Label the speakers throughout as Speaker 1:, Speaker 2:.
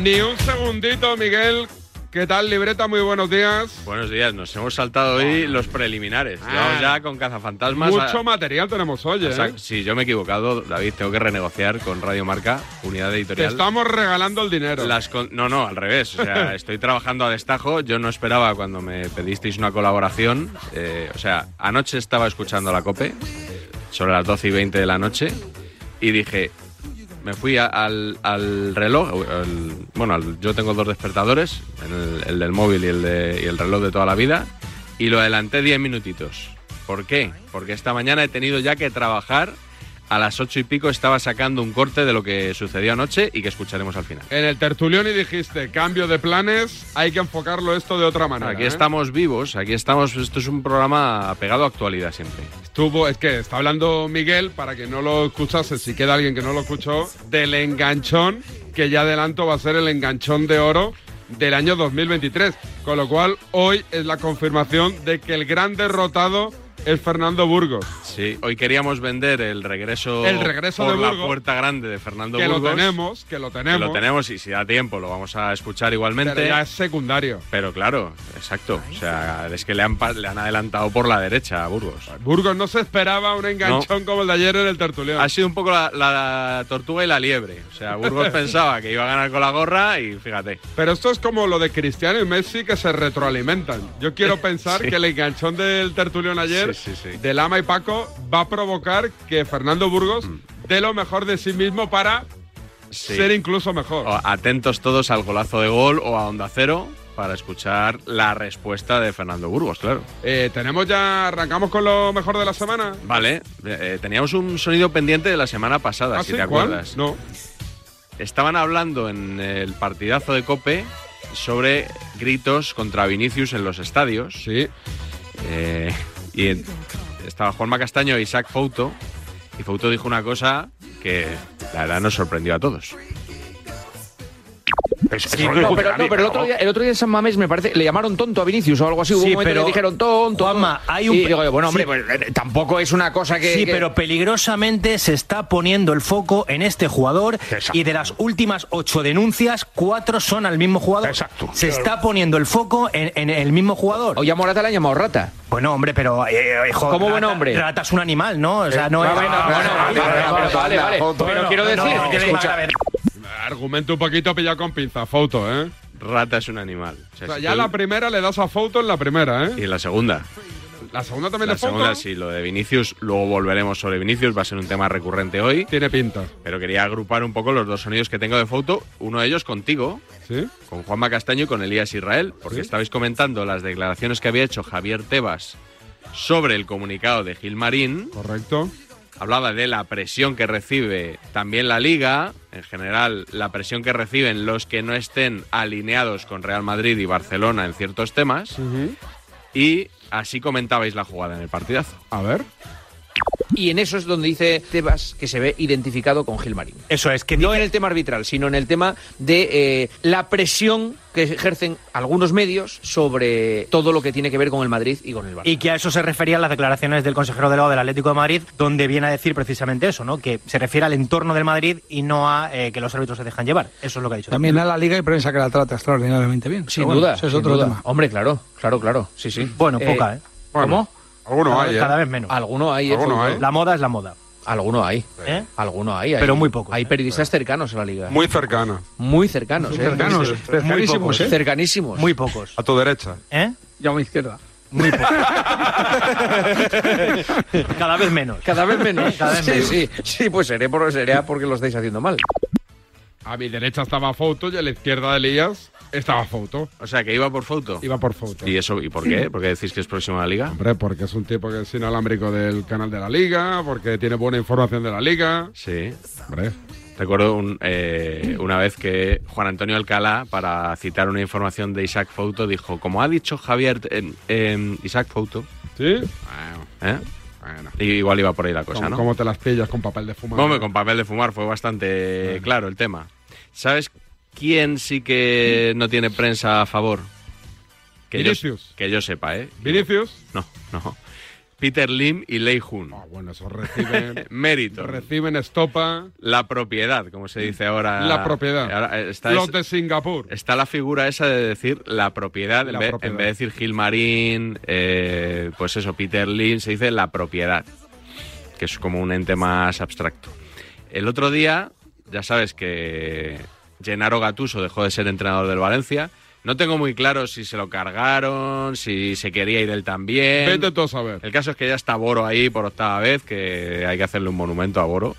Speaker 1: Ni un segundito, Miguel. ¿Qué tal, libreta? Muy buenos días.
Speaker 2: Buenos días, nos hemos saltado hoy los preliminares. Vamos ya con Cazafantasmas.
Speaker 1: Ah. Mucho material tenemos hoy, ¿eh?
Speaker 2: O sea, sí, yo me he equivocado, David, tengo que renegociar con Radio Marca, unidad
Speaker 1: Te
Speaker 2: editorial.
Speaker 1: estamos regalando el dinero.
Speaker 2: Las con- No, no, al revés. O sea, estoy trabajando a destajo. Yo no esperaba cuando me pedisteis una colaboración. eh, o sea, anoche estaba escuchando la COPE, sobre las 12 y 20 de la noche, y dije, me fui a- al, al reloj, eh, al- bueno, al- yo tengo dos despertadores, el, el del móvil y el, de- y el reloj de toda la vida, y lo adelanté 10 minutitos. ¿Por qué? Porque esta mañana he tenido ya que trabajar. A las ocho y pico estaba sacando un corte de lo que sucedió anoche y que escucharemos al final.
Speaker 1: En el tertulión y dijiste, cambio de planes, hay que enfocarlo esto de otra manera.
Speaker 2: Aquí
Speaker 1: ¿eh?
Speaker 2: estamos vivos, aquí estamos. Esto es un programa pegado a actualidad siempre.
Speaker 1: Estuvo, es que está hablando Miguel, para que no lo escuchase, si queda alguien que no lo escuchó, del enganchón, que ya adelanto va a ser el enganchón de oro del año 2023. Con lo cual, hoy es la confirmación de que el gran derrotado es Fernando Burgos.
Speaker 2: Sí, hoy queríamos vender el regreso,
Speaker 1: El regreso
Speaker 2: por
Speaker 1: de
Speaker 2: la
Speaker 1: Burgos.
Speaker 2: puerta grande de Fernando
Speaker 1: Que lo
Speaker 2: Burgos.
Speaker 1: tenemos, que lo
Speaker 2: Que
Speaker 1: tenemos.
Speaker 2: lo tenemos y si da tiempo lo vamos a escuchar igualmente.
Speaker 1: Pero ya es secundario.
Speaker 2: Pero claro, exacto. O sea, es que le han, pa- le han adelantado por la derecha a Burgos.
Speaker 1: Burgos no se esperaba un enganchón como el de ayer en el tertulión.
Speaker 2: Ha sido un poco la, la tortuga y la liebre. O sea, Burgos pensaba que iba a ganar con la gorra y fíjate.
Speaker 1: Pero esto es como lo de Cristiano y Messi que se retroalimentan. Yo quiero pensar
Speaker 2: Sí.
Speaker 1: que el enganchón del tertulión ayer
Speaker 2: Sí, sí, sí.
Speaker 1: de Lama y Paco va a provocar que Fernando Burgos dé lo mejor de sí mismo para
Speaker 2: Mm. Sí.
Speaker 1: ser incluso mejor.
Speaker 2: O- Atentos todos al golazo de gol o a Onda Cero para escuchar la respuesta de Fernando Burgos, claro.
Speaker 1: Eh, tenemos ya, arrancamos con lo mejor de la semana.
Speaker 2: Vale, eh, eh, teníamos un sonido pendiente de la semana pasada,
Speaker 1: ¿Ah,
Speaker 2: si
Speaker 1: sí?
Speaker 2: te
Speaker 1: ¿Cuál?
Speaker 2: acuerdas.
Speaker 1: No.
Speaker 2: Estaban hablando en el partidazo de Cope sobre gritos contra Vinicius en los estadios.
Speaker 1: Sí.
Speaker 2: Eh, y en- estaba Juanma Castaño e Isaac Fouto. Y Fouto dijo una cosa que la verdad nos sorprendió a todos.
Speaker 3: Pues, Sí, no, pero, no, pero el, otro día, el otro día en San Mamés me parece le llamaron tonto a Vinicius o algo así. Hubo
Speaker 4: Sí,
Speaker 3: un momento
Speaker 4: pero-
Speaker 3: que dijeron tonto.
Speaker 4: Juanma, hay un-
Speaker 3: Y digo yo, bueno, hombre,
Speaker 4: Sí.
Speaker 3: pues, eh, tampoco es una cosa que.
Speaker 4: Sí,
Speaker 3: que-
Speaker 4: pero peligrosamente se está poniendo el foco en este jugador y de las últimas ocho denuncias, cuatro son al mismo jugador.
Speaker 5: Exacto.
Speaker 4: Se está poniendo el foco en, en el mismo jugador.
Speaker 3: Oye, a Morata le han llamado rata.
Speaker 4: Bueno, hombre, pero... eh, hijo,
Speaker 3: ¿Cómo buen
Speaker 4: rata-
Speaker 3: hombre? Eh,
Speaker 4: Rata es un animal, ¿no? O sea, no es... Ah,
Speaker 3: Bueno, bueno, vale, vale, vale, vale, vale. Pero quiero decir. escucha,
Speaker 1: Argumento un poquito pillado con pinza, foto, ¿eh?
Speaker 2: Rata es un animal. O sea,
Speaker 1: O sea,
Speaker 2: si
Speaker 1: ya
Speaker 2: tú-
Speaker 1: la primera le das a foto en la primera, ¿eh?
Speaker 2: Y en la segunda.
Speaker 1: La segunda también
Speaker 2: La
Speaker 1: le foto.
Speaker 2: segunda, sí, lo de Vinicius. Luego volveremos sobre Vinicius, va a ser un tema recurrente hoy.
Speaker 1: Tiene pinta.
Speaker 2: Pero quería agrupar un poco los dos sonidos que tengo de foto. Uno de ellos contigo,
Speaker 1: ¿Sí?
Speaker 2: con Juanma Castaño y con Elías Israel, porque
Speaker 1: Sí.
Speaker 2: estabais comentando las declaraciones que había hecho Javier Tebas sobre el comunicado de Gil Marín.
Speaker 1: Correcto.
Speaker 2: Hablaba de la presión que recibe también la liga, en general la presión que reciben los que no estén alineados con Real Madrid y Barcelona en ciertos temas.
Speaker 1: Ujú.
Speaker 2: Y así comentabais la jugada en el partidazo.
Speaker 1: A ver.
Speaker 3: Y en eso es donde dice Tebas que se ve identificado con Gilmarín.
Speaker 4: Eso es, que
Speaker 3: No en
Speaker 4: dice-
Speaker 3: el tema arbitral, sino en el tema de eh, la presión que ejercen algunos medios sobre todo lo que tiene que ver con el Madrid y con el Barça.
Speaker 4: Y que a eso se referían las declaraciones del consejero delegado del Atlético de Madrid, donde viene a decir precisamente eso, ¿no? Que se refiere al entorno del Madrid y no a eh, que los árbitros se dejan llevar. Eso es lo que ha dicho.
Speaker 6: También a la liga y prensa que la trata extraordinariamente bien.
Speaker 3: sin
Speaker 6: Pero bueno,
Speaker 3: duda,
Speaker 6: Eso es
Speaker 3: sin
Speaker 6: otro
Speaker 3: duda.
Speaker 6: tema.
Speaker 3: Hombre, claro, claro, claro. Sí, sí.
Speaker 4: Bueno, poca, ¿eh?
Speaker 3: ¿Cómo?
Speaker 1: Alguno
Speaker 4: Cada,
Speaker 1: hay, ¿eh?
Speaker 4: cada vez menos.
Speaker 3: Alguno hay, eh,
Speaker 1: Alguno
Speaker 3: Fouto.
Speaker 1: hay.
Speaker 4: La moda es la moda.
Speaker 3: Alguno hay.
Speaker 4: ¿eh?
Speaker 3: Alguno hay. hay.
Speaker 4: Pero muy pocos,
Speaker 3: Hay
Speaker 4: ¿eh?
Speaker 3: periodistas cercanos a la liga. Muy,
Speaker 1: Muy cercana.
Speaker 3: cercanos, ¿eh?
Speaker 6: Cercanos, cercanísimos,
Speaker 4: pocos,
Speaker 6: ¿eh?
Speaker 3: Cercanísimos.
Speaker 4: Muy pocos.
Speaker 1: A tu derecha.
Speaker 4: ¿eh?
Speaker 6: Yo a mi izquierda.
Speaker 4: Muy pocos. cada vez menos.
Speaker 3: Cada vez menos.
Speaker 4: Cada vez
Speaker 3: sí,
Speaker 4: menos.
Speaker 3: sí, sí, pues seré por, será porque lo estáis haciendo mal.
Speaker 1: A mi derecha estaba Foto y a la izquierda de Elías estaba Foto.
Speaker 2: O sea, que iba por foto.
Speaker 1: Iba por Foto.
Speaker 2: ¿Y eso? ¿Y por qué? ¿Por qué decís que es próximo a la liga?
Speaker 1: Hombre, porque es un tipo que es inalámbrico del canal de la liga, porque tiene buena información de la liga.
Speaker 2: Sí.
Speaker 1: Hombre,
Speaker 2: Recuerdo un, eh, una vez que Juan Antonio Alcalá, para citar una información de Isaac Fouto, dijo, como ha dicho Javier, eh, eh, Isaac Fouto,
Speaker 1: ¿sí?
Speaker 2: ¿eh?
Speaker 1: Bueno,
Speaker 2: Y igual iba por ahí la cosa,
Speaker 1: ¿Cómo,
Speaker 2: ¿no?
Speaker 1: cómo te las pillas con papel de fumar?
Speaker 2: Hombre, con papel de fumar fue bastante claro el tema. ¿Sabes quién sí que no tiene prensa a favor? Que yo,
Speaker 1: Vinicius.
Speaker 2: que yo sepa, ¿eh?
Speaker 1: Vinicius, Ah,
Speaker 2: No, no. Peter Lim y Lei Jun.
Speaker 1: bueno, eso reciben,
Speaker 2: Mérito.
Speaker 1: reciben estopa
Speaker 2: La propiedad, como se dice ahora.
Speaker 1: la propiedad.
Speaker 2: Ahora, eh, está,
Speaker 1: Los
Speaker 2: es-
Speaker 1: de Singapur.
Speaker 2: está la figura esa de decir la propiedad,
Speaker 1: La
Speaker 2: en, vez,
Speaker 1: propiedad.
Speaker 2: en vez de decir Gilmarín, eh, pues eso, Peter Lim, se dice la propiedad, que es como un ente más abstracto. El otro día, ya sabes que Gennaro Gatuso dejó de ser entrenador del Valencia. No tengo muy claro si se lo cargaron, si se quería ir él también.
Speaker 1: Vete tú a saber.
Speaker 2: El caso es que ya está Boro ahí por octava vez, que hay que hacerle un monumento a Boro,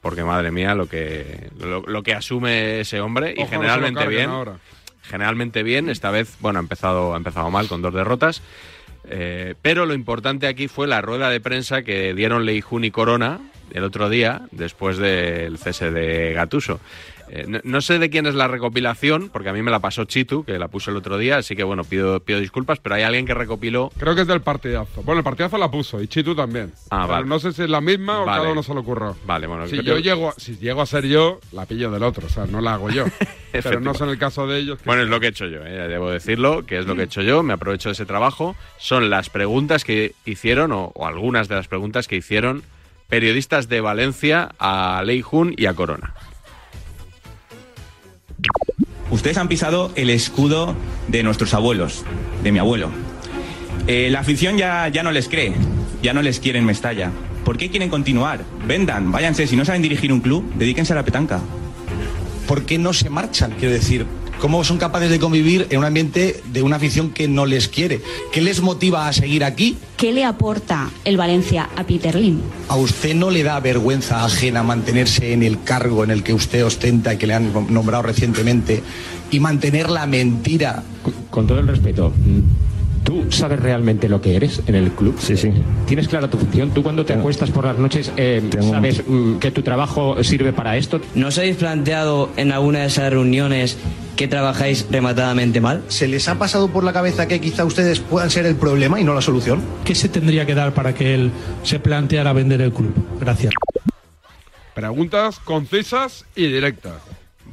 Speaker 2: porque madre mía, lo que, lo, lo que asume ese hombre,
Speaker 1: Ojo,
Speaker 2: y
Speaker 1: no se lo
Speaker 2: generalmente
Speaker 1: carguen
Speaker 2: bien,
Speaker 1: ahora.
Speaker 2: generalmente bien, esta vez, bueno, ha empezado, ha empezado mal con dos derrotas, eh, pero lo importante aquí fue la rueda de prensa que dieron Leijun y Corona el otro día, después del cese de Gatuso. no, no sé de quién es la recopilación, porque a mí me la pasó Chitu, que la puso el otro día, así que bueno, pido, pido disculpas, pero hay alguien que recopiló
Speaker 1: Creo que es del partidazo. Bueno, el partidazo la puso y Chitu también.
Speaker 2: Ah,
Speaker 1: Pero
Speaker 2: vale.
Speaker 1: No sé si es la misma o
Speaker 2: Vale.
Speaker 1: cada uno se lo ocurrió.
Speaker 2: Vale, bueno,
Speaker 1: Si
Speaker 2: creo-
Speaker 1: yo llego, a- si llego a ser yo, la pillo del otro, o sea, no la hago yo. Pero no son el caso de ellos. que-
Speaker 2: Bueno, es lo que he hecho yo, eh, debo decirlo, que es lo que he hecho yo, me aprovecho de ese trabajo. Son las preguntas que hicieron, o, o algunas de las preguntas que hicieron periodistas de Valencia a Lei Jun y a Corona.
Speaker 7: Ustedes han pisado el escudo de nuestros abuelos, de mi abuelo. Eh, la afición ya, ya no les cree, ya no les quiere en Mestalla. ¿Por qué quieren continuar? Vendan, váyanse, si no saben dirigir un club, dedíquense a la petanca.
Speaker 8: ¿por qué no se marchan? Quiero decir, ¿cómo son capaces de convivir en un ambiente de una afición que no les quiere? ¿Qué les motiva a seguir aquí?
Speaker 9: ¿Qué le aporta el Valencia a Peter Lim?
Speaker 8: ¿A usted no le da vergüenza ajena mantenerse en el cargo en el que usted ostenta y que le han nombrado recientemente y mantener la mentira?
Speaker 10: Con todo el respeto, ¿tú sabes realmente lo que eres en el club? Sí, sí. ¿Tienes clara tu función? ¿Tú cuando te acuestas por las noches eh, sabes mm, que tu trabajo sirve para esto?
Speaker 11: ¿No os habéis planteado en alguna de esas reuniones que trabajáis rematadamente mal?
Speaker 8: ¿Se les ha pasado por la cabeza que quizá ustedes puedan ser el problema y no la solución?
Speaker 12: ¿Qué se tendría que dar para que él se planteara vender el club? Gracias.
Speaker 1: Preguntas concisas y directas.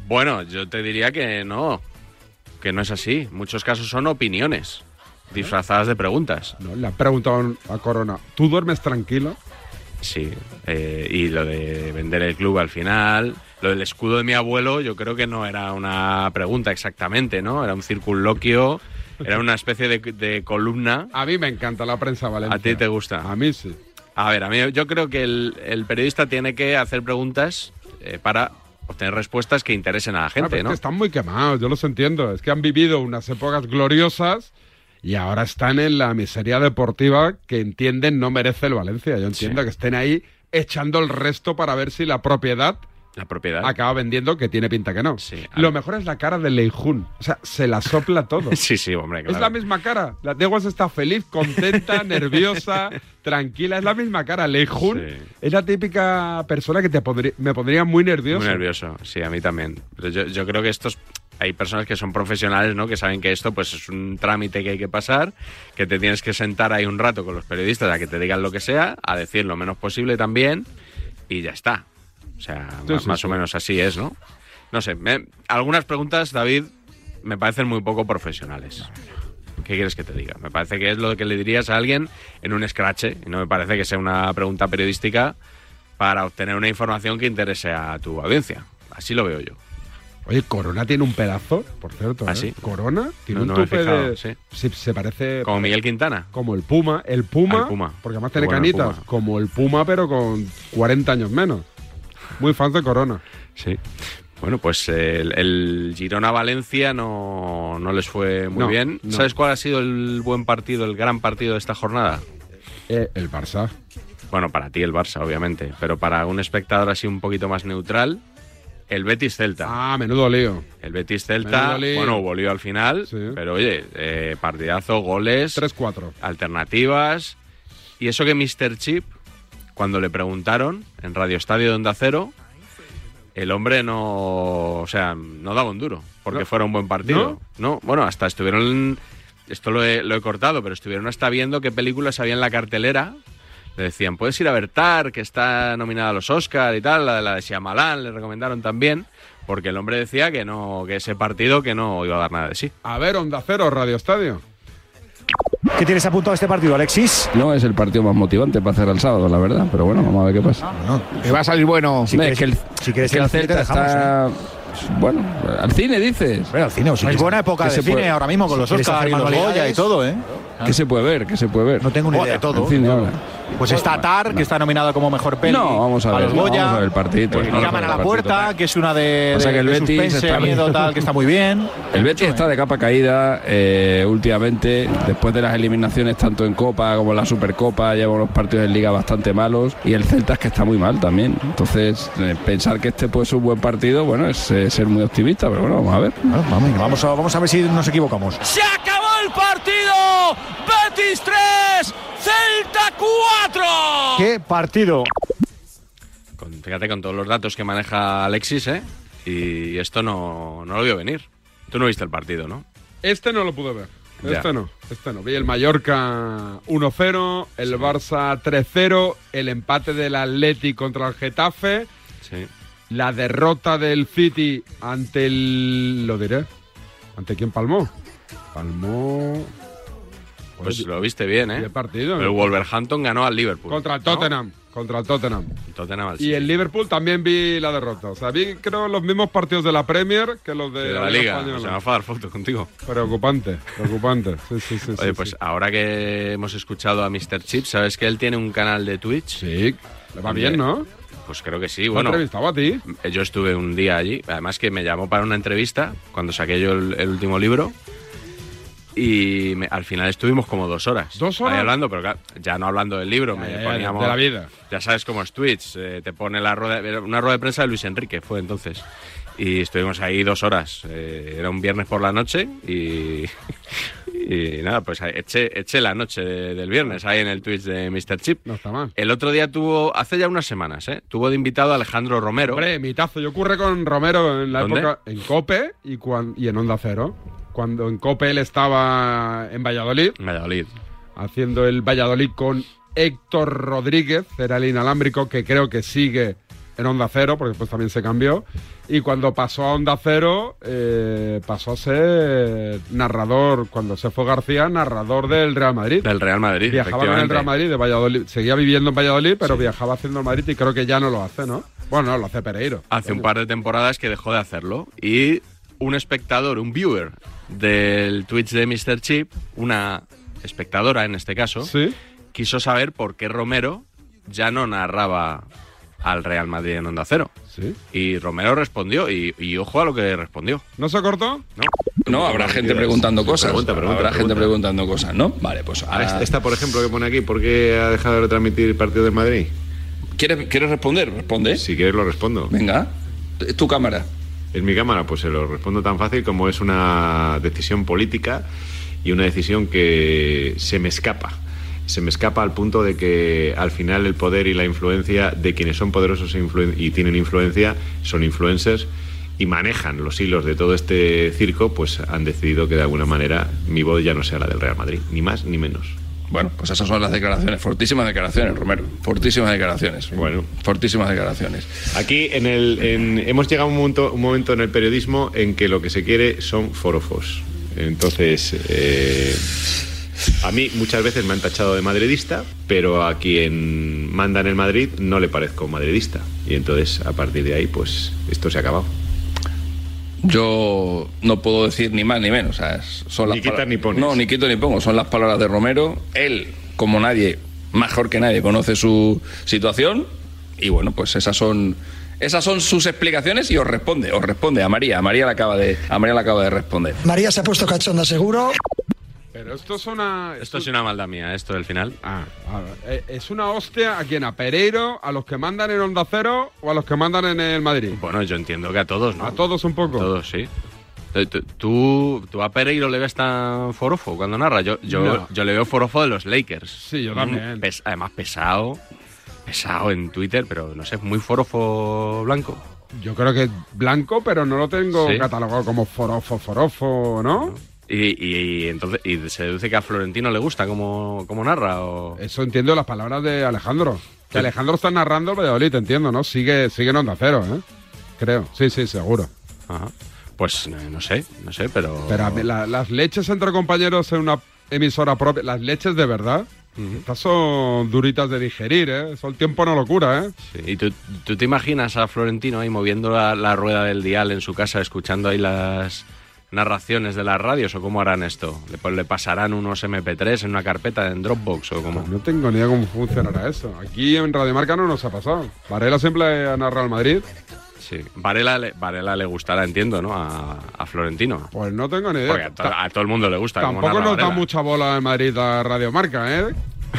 Speaker 2: Bueno, yo te diría que no, que no es así. Muchos casos son opiniones disfrazadas de preguntas.
Speaker 1: No, le han preguntado a Corona, ¿tú duermes tranquilo?
Speaker 2: Sí, eh, y lo de vender el club al final, lo del escudo de mi abuelo, yo creo que no era una pregunta exactamente, ¿no? Era un circunloquio, era una especie de, de columna.
Speaker 1: A mí me encanta la prensa valenciana.
Speaker 2: ¿A ti te gusta?
Speaker 1: A mí sí.
Speaker 2: A ver, a mí yo creo que el, el periodista tiene que hacer preguntas eh, para obtener respuestas que interesen a la
Speaker 1: Ah, pero
Speaker 2: gente,
Speaker 1: es
Speaker 2: ¿no?
Speaker 1: que están muy quemados, yo los entiendo. Es que han vivido unas épocas gloriosas y ahora están en la miseria deportiva que entienden no merece el Valencia. Yo entiendo
Speaker 2: Sí.
Speaker 1: que estén ahí echando el resto para ver si la propiedad
Speaker 2: La propiedad.
Speaker 1: acaba vendiendo, que tiene pinta que no.
Speaker 2: Sí, a
Speaker 1: Lo
Speaker 2: ver.
Speaker 1: mejor es la cara de Leijun. O sea, se la sopla todo.
Speaker 2: Sí, sí, hombre, claro.
Speaker 1: Es la misma cara. La Deguas está feliz, contenta, nerviosa, tranquila. Es la misma cara. Leijun
Speaker 2: Sí.
Speaker 1: es la típica persona que te podri- me pondría muy nervioso.
Speaker 2: Muy nervioso, sí, a mí también. Pero yo, yo creo que estos... Hay personas que son profesionales, ¿no? Que saben que esto pues es un trámite que hay que pasar, que te tienes que sentar ahí un rato con los periodistas a que te digan lo que sea, a decir lo menos posible también, y ya está. O sea,
Speaker 1: Sí,
Speaker 2: más,
Speaker 1: sí,
Speaker 2: más
Speaker 1: sí.
Speaker 2: o menos así es, ¿no? No sé, me- algunas preguntas, David, me parecen muy poco profesionales. ¿Qué quieres que te diga? Me parece que es lo que le dirías a alguien en un escrache, y no me parece que sea una pregunta periodística para obtener una información que interese a tu audiencia. Así lo veo yo.
Speaker 1: Oye, Corona tiene un pedazo, por cierto.
Speaker 2: ¿Ah,
Speaker 1: ¿eh?
Speaker 2: sí?
Speaker 1: Corona tiene
Speaker 2: No,
Speaker 1: un
Speaker 2: no me he
Speaker 1: tupe de.
Speaker 2: fijado, sí.
Speaker 1: Sí, se parece
Speaker 2: Como Miguel Quintana.
Speaker 1: como el Puma. El Puma,
Speaker 2: Al Puma.
Speaker 1: porque además tiene
Speaker 2: Muy bueno el
Speaker 1: canitas.
Speaker 2: Puma.
Speaker 1: Como el Puma, pero con 40 años menos. Muy fans de Corona.
Speaker 2: Sí. Bueno, pues eh, el, el Girona-Valencia no, no les fue muy
Speaker 1: No,
Speaker 2: bien.
Speaker 1: no.
Speaker 2: ¿Sabes cuál ha sido el buen partido, el gran partido de esta jornada?
Speaker 1: Eh, el Barça.
Speaker 2: Bueno, para ti el Barça, obviamente, pero para un espectador así un poquito más neutral, el Betis-Celta.
Speaker 1: Ah, menudo lío.
Speaker 2: El Betis-Celta,
Speaker 1: Menudo lío.
Speaker 2: bueno, hubo lío al final,
Speaker 1: Sí.
Speaker 2: pero oye, eh, partidazo, goles.
Speaker 1: 3-4.
Speaker 2: alternativas. Y eso que Mr. Chip, cuando le preguntaron en Radio Estadio de Onda Cero, el hombre no. O sea, no daba un duro, porque
Speaker 1: No.
Speaker 2: fuera un buen partido. ¿No? bueno, hasta estuvieron. Esto lo he, lo he cortado, pero estuvieron hasta viendo qué películas había en la cartelera. Le decían, puedes ir a ver Tar, que está nominada a los Oscar y tal, la de la de Shyamalan, le recomendaron también, porque el hombre decía que no, que ese partido que no iba a dar nada de sí.
Speaker 1: A ver, Onda Cero, Radio Estadio.
Speaker 13: ¿Qué tienes apuntado a este partido, Alexis?
Speaker 3: No es el partido más motivante para hacer el sábado, la verdad, pero bueno, vamos a ver qué pasa.
Speaker 13: Que va a salir bueno. Ah, Si
Speaker 3: No,
Speaker 13: quieres,
Speaker 3: es que el,
Speaker 13: si quieres
Speaker 3: es que el
Speaker 13: cine te
Speaker 3: Celta
Speaker 13: dejamos,
Speaker 3: está. Bueno, al cine dices.
Speaker 13: Bueno, al cine, o si
Speaker 3: No
Speaker 13: quieres- que se puede- si quieres hacer manualidades,
Speaker 3: ¿Qué se puede ver? ¿Qué se puede ver? No
Speaker 13: ¿eh? tengo ni idea.
Speaker 3: De todo. cine ahora.
Speaker 13: Pues está Tar, que está nominada como mejor peli.
Speaker 3: No, vamos a ver,
Speaker 13: los
Speaker 3: no,
Speaker 13: Goya.
Speaker 3: vamos a ver el partido,
Speaker 13: Eh,
Speaker 3: no, vamos a
Speaker 13: llaman
Speaker 3: ver
Speaker 13: a
Speaker 3: el
Speaker 13: la
Speaker 3: partido.
Speaker 13: puerta, que es una de,
Speaker 3: O sea
Speaker 13: de-
Speaker 3: que el
Speaker 13: de
Speaker 3: Betis
Speaker 13: suspense,
Speaker 3: está-
Speaker 13: miedo, tal, que está muy bien.
Speaker 3: El Betis está de capa caída eh, últimamente, después de las eliminaciones tanto en Copa como en la Supercopa, lleva unos partidos en Liga bastante malos y el Celta es que está muy mal también. Entonces, eh, pensar que este puede ser un buen partido, bueno, es eh, ser muy optimista, pero bueno, vamos a ver.
Speaker 13: vamos, vamos, a, vamos a ver si nos equivocamos.
Speaker 10: Se acabó el partido. Betis 3, Celta 4.
Speaker 13: ¿Qué partido?
Speaker 2: Con- fíjate con todos los datos que maneja Alexis, ¿eh? Y esto no, no lo vio venir. Tú no viste el partido, ¿no?
Speaker 1: Este no lo pude ver.
Speaker 2: Ya.
Speaker 1: Este no, este no. Vi el Mallorca 1-0, el Barça 3-0, el empate del Atleti contra el Getafe,
Speaker 2: Sí.
Speaker 1: la derrota del City ante el... lo diré. ¿Ante quién palmó? Palmó...
Speaker 2: Pues lo viste bien, ¿eh?
Speaker 1: Qué partido,
Speaker 2: El
Speaker 1: ¿no?
Speaker 2: Wolverhampton ganó al Liverpool.
Speaker 1: Contra el Tottenham. Contra el Tottenham.
Speaker 2: El Tottenham al
Speaker 1: Y
Speaker 2: City.
Speaker 1: el Liverpool también vi la derrota. O sea, vi creo los mismos partidos de la Premier que los de,
Speaker 2: de la Liga.
Speaker 1: Española.
Speaker 2: Se me va a dar foto contigo.
Speaker 1: Preocupante, preocupante. Sí, sí, sí.
Speaker 2: Oye,
Speaker 1: sí,
Speaker 2: pues
Speaker 1: sí.
Speaker 2: ahora que hemos escuchado a Mr. Chip, ¿sabes que él tiene un canal de Twitch?
Speaker 1: Sí, le va bien, ¿no?
Speaker 2: Pues creo que sí,
Speaker 1: ¿Lo ha
Speaker 2: bueno.
Speaker 1: entrevistado a ti?
Speaker 2: Eh, Yo estuve un día allí, además que me llamó para una entrevista cuando saqué yo el, el último libro. Y me- al final estuvimos como dos horas. ¿Dos
Speaker 1: horas?
Speaker 2: hablando, pero claro, ya no hablando del libro, me
Speaker 1: ya, ya,
Speaker 2: poníamos.
Speaker 1: de la vida.
Speaker 2: Ya sabes cómo es Twitch, eh, te pone la rueda, era una rueda de prensa de Luis Enrique, fue entonces. Y estuvimos ahí dos horas. eh, era un viernes por la noche y. y nada, pues eché, eché la noche de- del viernes ahí en el Twitch de Mr. Chip.
Speaker 1: No está mal.
Speaker 2: El otro día tuvo, hace ya unas semanas, ¿eh? tuvo de invitado a Alejandro Romero.
Speaker 1: Hombre, mitazo. Yo ocurre con Romero en la
Speaker 2: ¿Dónde?
Speaker 1: época en Cope y, cuan- y en Onda Cero. Cuando en Cope él estaba en Valladolid.
Speaker 2: Valladolid.
Speaker 1: Haciendo el Valladolid con Héctor Rodríguez, era el inalámbrico que creo que sigue en Onda Cero, porque después también se cambió. Y cuando pasó a Onda Cero, eh, pasó a ser narrador, cuando se fue García, narrador del Real Madrid.
Speaker 2: Del Real Madrid,
Speaker 1: Viajaba con el
Speaker 2: efectivamente.
Speaker 1: Real Madrid de Valladolid. Seguía viviendo en Valladolid, pero viajaba haciendo el Madrid y creo que ya no lo hace, ¿no? Bueno, no, lo hace Pereiro.
Speaker 2: Hace un par de temporadas que dejó de hacerlo. Y un espectador, un viewer del Twitch de Mr. Chip, una espectadora en este caso, quiso saber por qué Romero ya no narraba al Real Madrid en Onda Cero. Y Romero respondió, y, y ojo a lo que respondió.
Speaker 1: ¿No se cortó?
Speaker 2: No.
Speaker 3: No, habrá gente preguntando cosas.
Speaker 2: Pregunta, pregunta,
Speaker 3: habrá gente
Speaker 2: pregunta.
Speaker 3: preguntando cosas, ¿no? Vale, pues
Speaker 14: Ahora,
Speaker 3: ahora-
Speaker 14: esta, esta, por ejemplo, que pone aquí, ¿por qué ha dejado de retransmitir partidos del Madrid?
Speaker 3: ¿Quieres, ¿Quieres responder? Responde.
Speaker 14: Si quieres lo respondo.
Speaker 3: Venga. ¿Es tu cámara?
Speaker 14: Es mi cámara, pues se lo respondo tan fácil como es una decisión política y una decisión que se me escapa. Se me escapa al punto de que al final el poder y la influencia de quienes son poderosos e influen- y tienen influencia son influencers y manejan los hilos de todo este circo, pues han decidido que de alguna manera mi voz ya no sea la del Real Madrid, ni más ni menos.
Speaker 3: Bueno, pues esas son las declaraciones. Fortísimas declaraciones, Romero. Fortísimas declaraciones. Bueno. Fortísimas declaraciones.
Speaker 14: Aquí en el, en- hemos llegado a un momento, un momento en el periodismo en que lo que se quiere son forofos. Entonces, eh, a mí muchas veces me han tachado de madridista, pero a quien manda en el Madrid no le parezco madridista. Y entonces, a partir de ahí, pues esto se ha acabado.
Speaker 3: Yo no puedo decir ni más ni menos. o sea, son las
Speaker 14: Ni quitas
Speaker 3: pala-
Speaker 14: ni pones.
Speaker 3: No, ni quito ni pongo. Son las palabras de Romero. Él, como nadie, mejor que nadie, conoce su situación. Y bueno, pues esas son. Esas son sus explicaciones y os responde, os responde a María. A María la acaba de, a María la acaba de responder.
Speaker 7: María se ha puesto cachonda, seguro.
Speaker 1: Pero esto es una.
Speaker 2: Esto es una maldad mía, esto del final.
Speaker 1: Ah, a ver, eh, ¿Es una hostia a quién? ¿A Pereiro? ¿A los que mandan en Onda Cero o a los que mandan en el Madrid?
Speaker 2: Bueno, yo entiendo que a todos, ¿no?
Speaker 1: A todos un poco.
Speaker 2: Todos, sí. Eh, tú- ¿Tú, tú a Pereiro le ves tan forofo cuando narra? Yo, yo,
Speaker 1: No.
Speaker 2: yo le veo forofo de los Lakers. Sí,
Speaker 1: yo también.
Speaker 2: además, pesado. Pesado en Twitter, pero no sé, muy forofo blanco.
Speaker 1: Yo creo que es blanco, pero no lo tengo
Speaker 2: Sí.
Speaker 1: catalogado como forofo, forofo, ¿no?
Speaker 2: Y, y- y entonces y se deduce que a Florentino le gusta cómo, cómo narra. O...
Speaker 1: Eso entiendo las palabras de Alejandro. Que Alejandro está narrando el Valladolid, te entiendo, ¿no? Sigue, sigue en Onda Cero, ¿eh? Creo. Sí, sí, seguro.
Speaker 2: Ajá. Pues no, no sé, no sé, pero.
Speaker 1: Pero a mí la- las leches entre compañeros en una emisora propia, las leches de verdad, estas son duritas de digerir, ¿eh? Eso el tiempo no lo cura, ¿eh?
Speaker 2: Sí, ¿Y tú, tú te imaginas a Florentino ahí moviendo la, la rueda del dial en su casa, escuchando ahí las narraciones de las radios o cómo harán esto? ¿Le, pues, le pasarán unos MP3 en una carpeta en Dropbox o cómo?
Speaker 1: No tengo ni idea cómo funcionará eso. Aquí en Radiomarca no nos ha pasado. Varela siempre ha narrado al Madrid.
Speaker 2: Sí. Varela, le- Varela le gustará, entiendo, ¿no? A, a Florentino.
Speaker 1: Pues no tengo ni idea.
Speaker 2: Porque a, to- a todo el mundo le gusta. cómo
Speaker 1: Tampoco
Speaker 2: narra
Speaker 1: nos da
Speaker 2: Varela.
Speaker 1: mucha bola en Madrid a Radiomarca, ¿eh?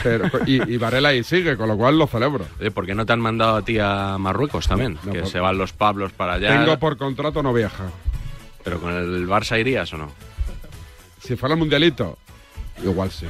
Speaker 1: Pero- y, y Varela ahí sigue, con lo cual lo celebro.
Speaker 2: Oye, ¿Por qué no te han mandado a ti a Marruecos también? que se van los Pablos para allá.
Speaker 1: Tengo por contrato no viaja.
Speaker 2: ¿Pero con el Barça irías o no?
Speaker 1: Si fuera el mundialito, igual sí.